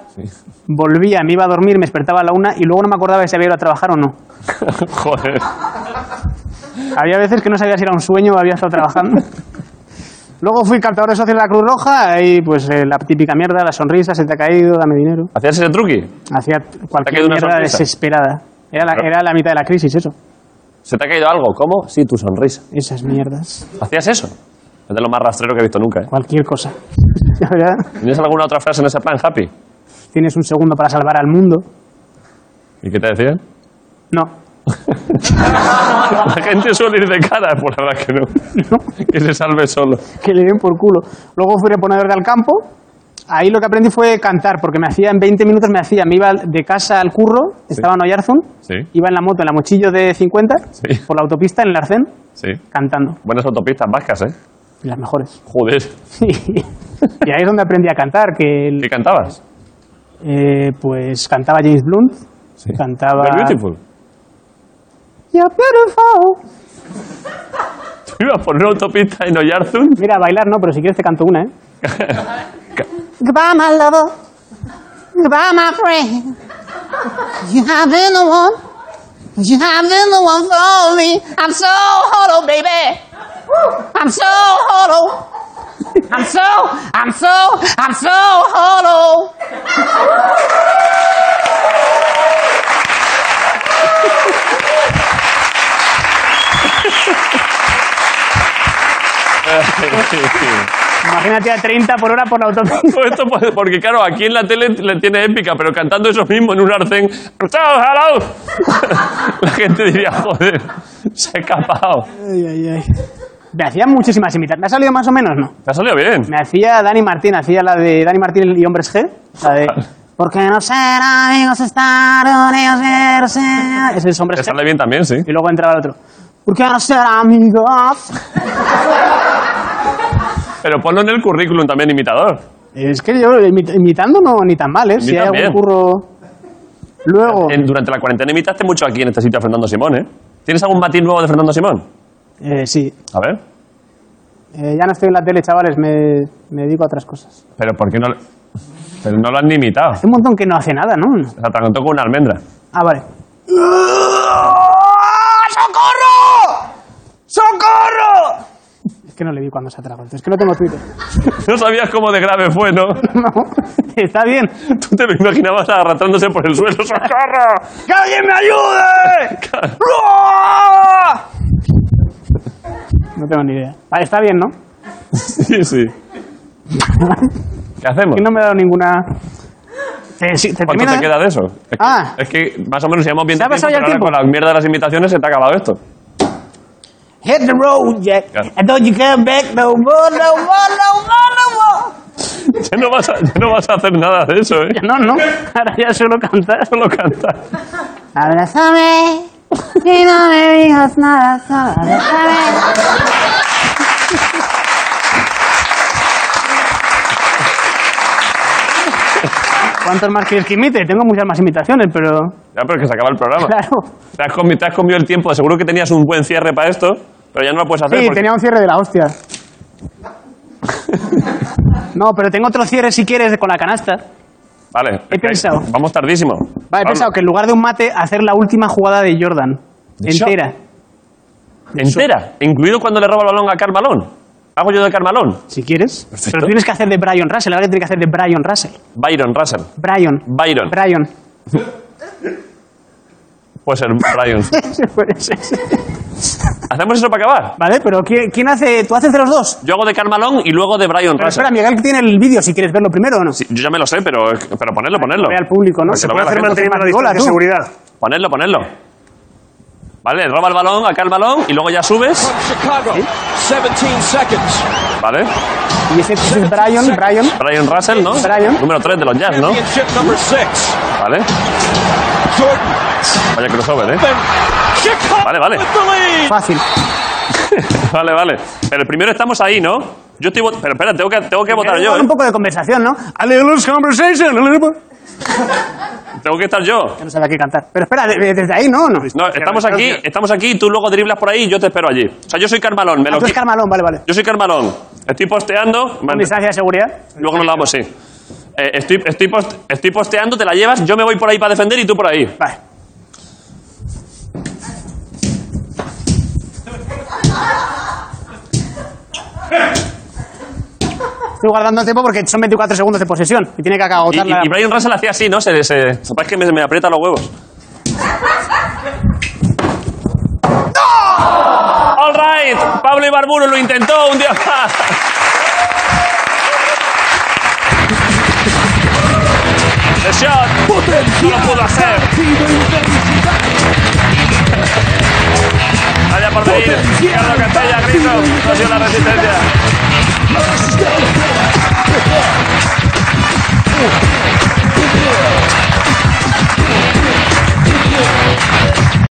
S2: Volvía, me iba a dormir, me despertaba a la 1 y luego no me acordaba de si había ido a trabajar o no.
S1: <laughs> Joder.
S2: Había veces que no sabía si era un sueño o había
S1: <laughs>
S2: estado trabajando. luego fui captador de socios de la Cruz Roja y pues eh, la típica mierda, la sonrisa, se te ha caído, dame dinero.
S1: ¿Hacías ese truqui?
S2: Hacía cualquier
S1: caído una
S2: mierda
S1: sonrisa?
S2: desesperada. Era la,
S1: Claro.
S2: era la mitad de la crisis, eso.
S1: ¿Se te ha caído algo? ¿Cómo? Sí, tu sonrisa.
S2: Esas mierdas.
S1: ¿Hacías eso? Es de lo más rastrero que he visto nunca, ¿eh?
S2: Cualquier cosa. <laughs> La verdad,
S1: ¿Tienes alguna otra frase en ese plan, Happy?
S2: tienes un segundo para salvar al mundo.
S1: ¿Y qué te decían?
S2: No.
S1: La gente suele ir de cara, pues la verdad que no. <laughs> Que se salve solo.
S2: Que le den por culo. Luego fui reponedor del campo. Ahí lo que aprendí fue cantar, porque me hacía en 20 minutos, me hacía, me iba de casa al curro, estaba en Oyarzun,
S1: Sí.
S2: iba en la moto, en la mochillo de 50,
S1: Sí.
S2: por la autopista, en el Arcén,
S1: Sí.
S2: cantando,
S1: Buenas autopistas vascas, ¿eh?
S2: las mejores. <laughs>
S1: Joder.
S2: y ahí es donde aprendí a cantar, que el-
S1: ¿Qué cantabas?
S2: eh, pues cantaba James Blunt, cantaba...
S1: You're beautiful.
S2: You're beautiful.
S1: Tú ibas por una autopista en Oyarzun.
S2: Mira, bailar no, pero si quieres te canto una, ¿eh? <laughs> Goodbye, my lover. Goodbye, my friend. You have been the one. You have been the one for me. I'm so hollow, baby. I'm so hollow. I'm so, I'm so, I'm so hollow. Imagínate a 30 por hora por la autopista.
S1: Todo esto por- porque, claro, aquí en la tele le tiene épica, pero cantando eso mismo en un arcén. ¡Chao, hello! <laughs> La gente diría, joder, se ha escapado.
S2: Ay, ay, ay. Me hacían muchísimas imitaciones. ¿Me ha salido más o menos, no?
S1: Te ha salido bien.
S2: Me hacía Dani Martín, hacía la de Dani Martín y Hombres G. La de. Porque no ser amigos, estar unidos, pero ser-". Ese es
S1: Te
S2: Hombres
S1: sale
S2: G.
S1: bien también, sí.
S2: Y luego entraba el otro. Porque no ser amigos.
S1: Pero ponlo en el currículum también, imitador.
S2: Es que yo imit- imitando no ni tan mal, ¿eh? Si
S1: Yo
S2: hay
S1: también.
S2: algún curro. Luego.
S1: En- durante la cuarentena imitaste mucho aquí en este sitio a Fernando Simón, ¿eh? ¿Tienes algún matiz nuevo de Fernando Simón?
S2: Eh, sí.
S1: A ver.
S2: Eh, ya no estoy en la tele, chavales, me, me dedico a otras cosas.
S1: Pero ¿por qué no, le- pero no lo han ni imitado?
S2: Hace un montón que no hace nada, ¿no?
S1: O sea, te contó con una almendra.
S2: Ah, vale. ¡Socorro! ¡Socorro! Es que no le vi cuando se atragó. Es que no tengo Twitter. <laughs>
S1: No sabías cómo de grave fue, ¿no?
S2: No, está bien.
S1: Tú te lo imaginabas arrastrándose por el
S2: <laughs>
S1: suelo. ¡Socorro!
S2: ¡Que alguien me ayude! No tengo ni idea. Vale, está bien, ¿no?
S1: <laughs> Sí, sí. ¿Qué hacemos?
S2: Que no me ha dado ninguna... Te, sí, te
S1: ¿Cuánto
S2: termina- ¿eh?
S1: te queda de eso? Es que,
S2: Ah.
S1: es que más o menos llevamos bien
S2: ¿Se
S1: de
S2: ha pasado ya el
S1: pero ahora
S2: tiempo?
S1: con la mierda de las invitaciones se te ha acabado esto.
S2: Hit the road, Jack.
S1: Claro.
S2: And don't you come back no more, no more, no more, no more.
S1: Ya no vas a, ya no vas a hacer nada de eso, ¿eh?
S2: <laughs> Ya No, no. Ahora ya solo cantar.
S1: Solo cantar.
S10: Abrázame y no me digas nada, solo abrázame.
S2: ¿Cuántos más quieres que imite? Tengo muchas más imitaciones, pero...
S1: Ya, pero es que se acaba el programa.
S2: Claro.
S1: Te has, comi- te has comido el tiempo, seguro que tenías un buen cierre para esto, pero ya no lo puedes hacer.
S2: Sí,
S1: porque-
S2: tenía un cierre de la hostia. No, pero tengo otro cierre si quieres con la canasta.
S1: Vale,
S2: He
S1: ok,
S2: pensado.
S1: Vamos tardísimo.
S2: Vale, he
S1: Pablo,
S2: pensado que en lugar de un mate, hacer la última jugada de Jordan.
S1: ¿De
S2: entera.
S1: Entera, incluido cuando le roba el balón a Carmalón. Hago yo de Carmalón.
S2: Si quieres.
S1: Perfecto.
S2: Pero tienes que hacer de Brian Russell. Ahora tienes que hacer de Brian Russell.
S1: Byron Russell.
S2: Brian.
S1: Byron.
S2: Brian.
S1: Puede ser
S2: <laughs>
S1: Byron.
S2: Ese fue ese.
S1: ¿Hacemos eso para acabar?
S2: vale, pero ¿quién, quién hace? ¿Tú haces de los dos?
S1: Yo hago de Carmalón y luego de Brian
S2: Pero
S1: Russell.
S2: espera, Miguel tiene el vídeo si quieres verlo primero o no.
S1: Sí, yo ya me lo sé, pero, pero ponerlo, ponerlo.
S2: Ve al público, ¿no?
S1: Porque
S2: Se
S1: lo
S2: puede
S1: vea
S4: Hacer
S1: la gente.
S4: mantener la
S2: Hola,
S4: distancia de
S2: tú.
S4: seguridad.
S1: Ponerlo, ponerlo. Vale, roba el balón, acá el balón y luego ya subes.
S3: Chicago, 17 seconds.
S1: Vale.
S2: Y ese es Brian, Brian,
S1: Brian Russell, ¿no?
S2: Brian.
S1: Número 3 de los Jazz, ¿no?
S3: Championship number six.
S1: Vale.
S3: Jordan.
S1: Vaya crossover, ¿eh?
S3: Then Chicago
S1: Vale, vale.
S3: with the lead.
S2: fácil.
S1: <laughs> Vale, vale. Pero primero estamos ahí, ¿no? Yo estoy vot- Pero espera, tengo que, tengo que votar yo,
S2: Con
S1: ¿eh?
S2: un poco de conversación, ¿no? A little conversation, a little bit.
S1: Tengo que estar yo.
S2: Ya no sabía qué cantar. Pero espera, de- de- desde ahí no, no.
S1: No, estamos aquí, estamos aquí, tú luego driblas por ahí y yo te espero allí. O sea, yo soy Carmalón. Me
S2: Ah,
S1: lo
S2: tú es
S1: qui-
S2: Carmalón, vale, vale.
S1: yo soy Carmalón. Estoy posteando.
S2: Con distancia de seguridad.
S1: Luego nos la damos, sí. Eh, estoy, estoy, post- estoy posteando, te la llevas, yo me voy por ahí para defender y tú por ahí.
S2: Vale. Estoy guardando tiempo porque son 24 segundos de posesión y tiene que
S1: Y,
S2: agotar
S1: y-
S2: la...
S1: y Brian Russell hacía así, ¿no? Se, se, sepáis que me, me aprieta los huevos. All right, Pablo Ibarburu lo intentó un día más. The shot. No lo pudo hacer. Vaya por venir. Ricardo Castella, Cristo. Ha sido la resistencia.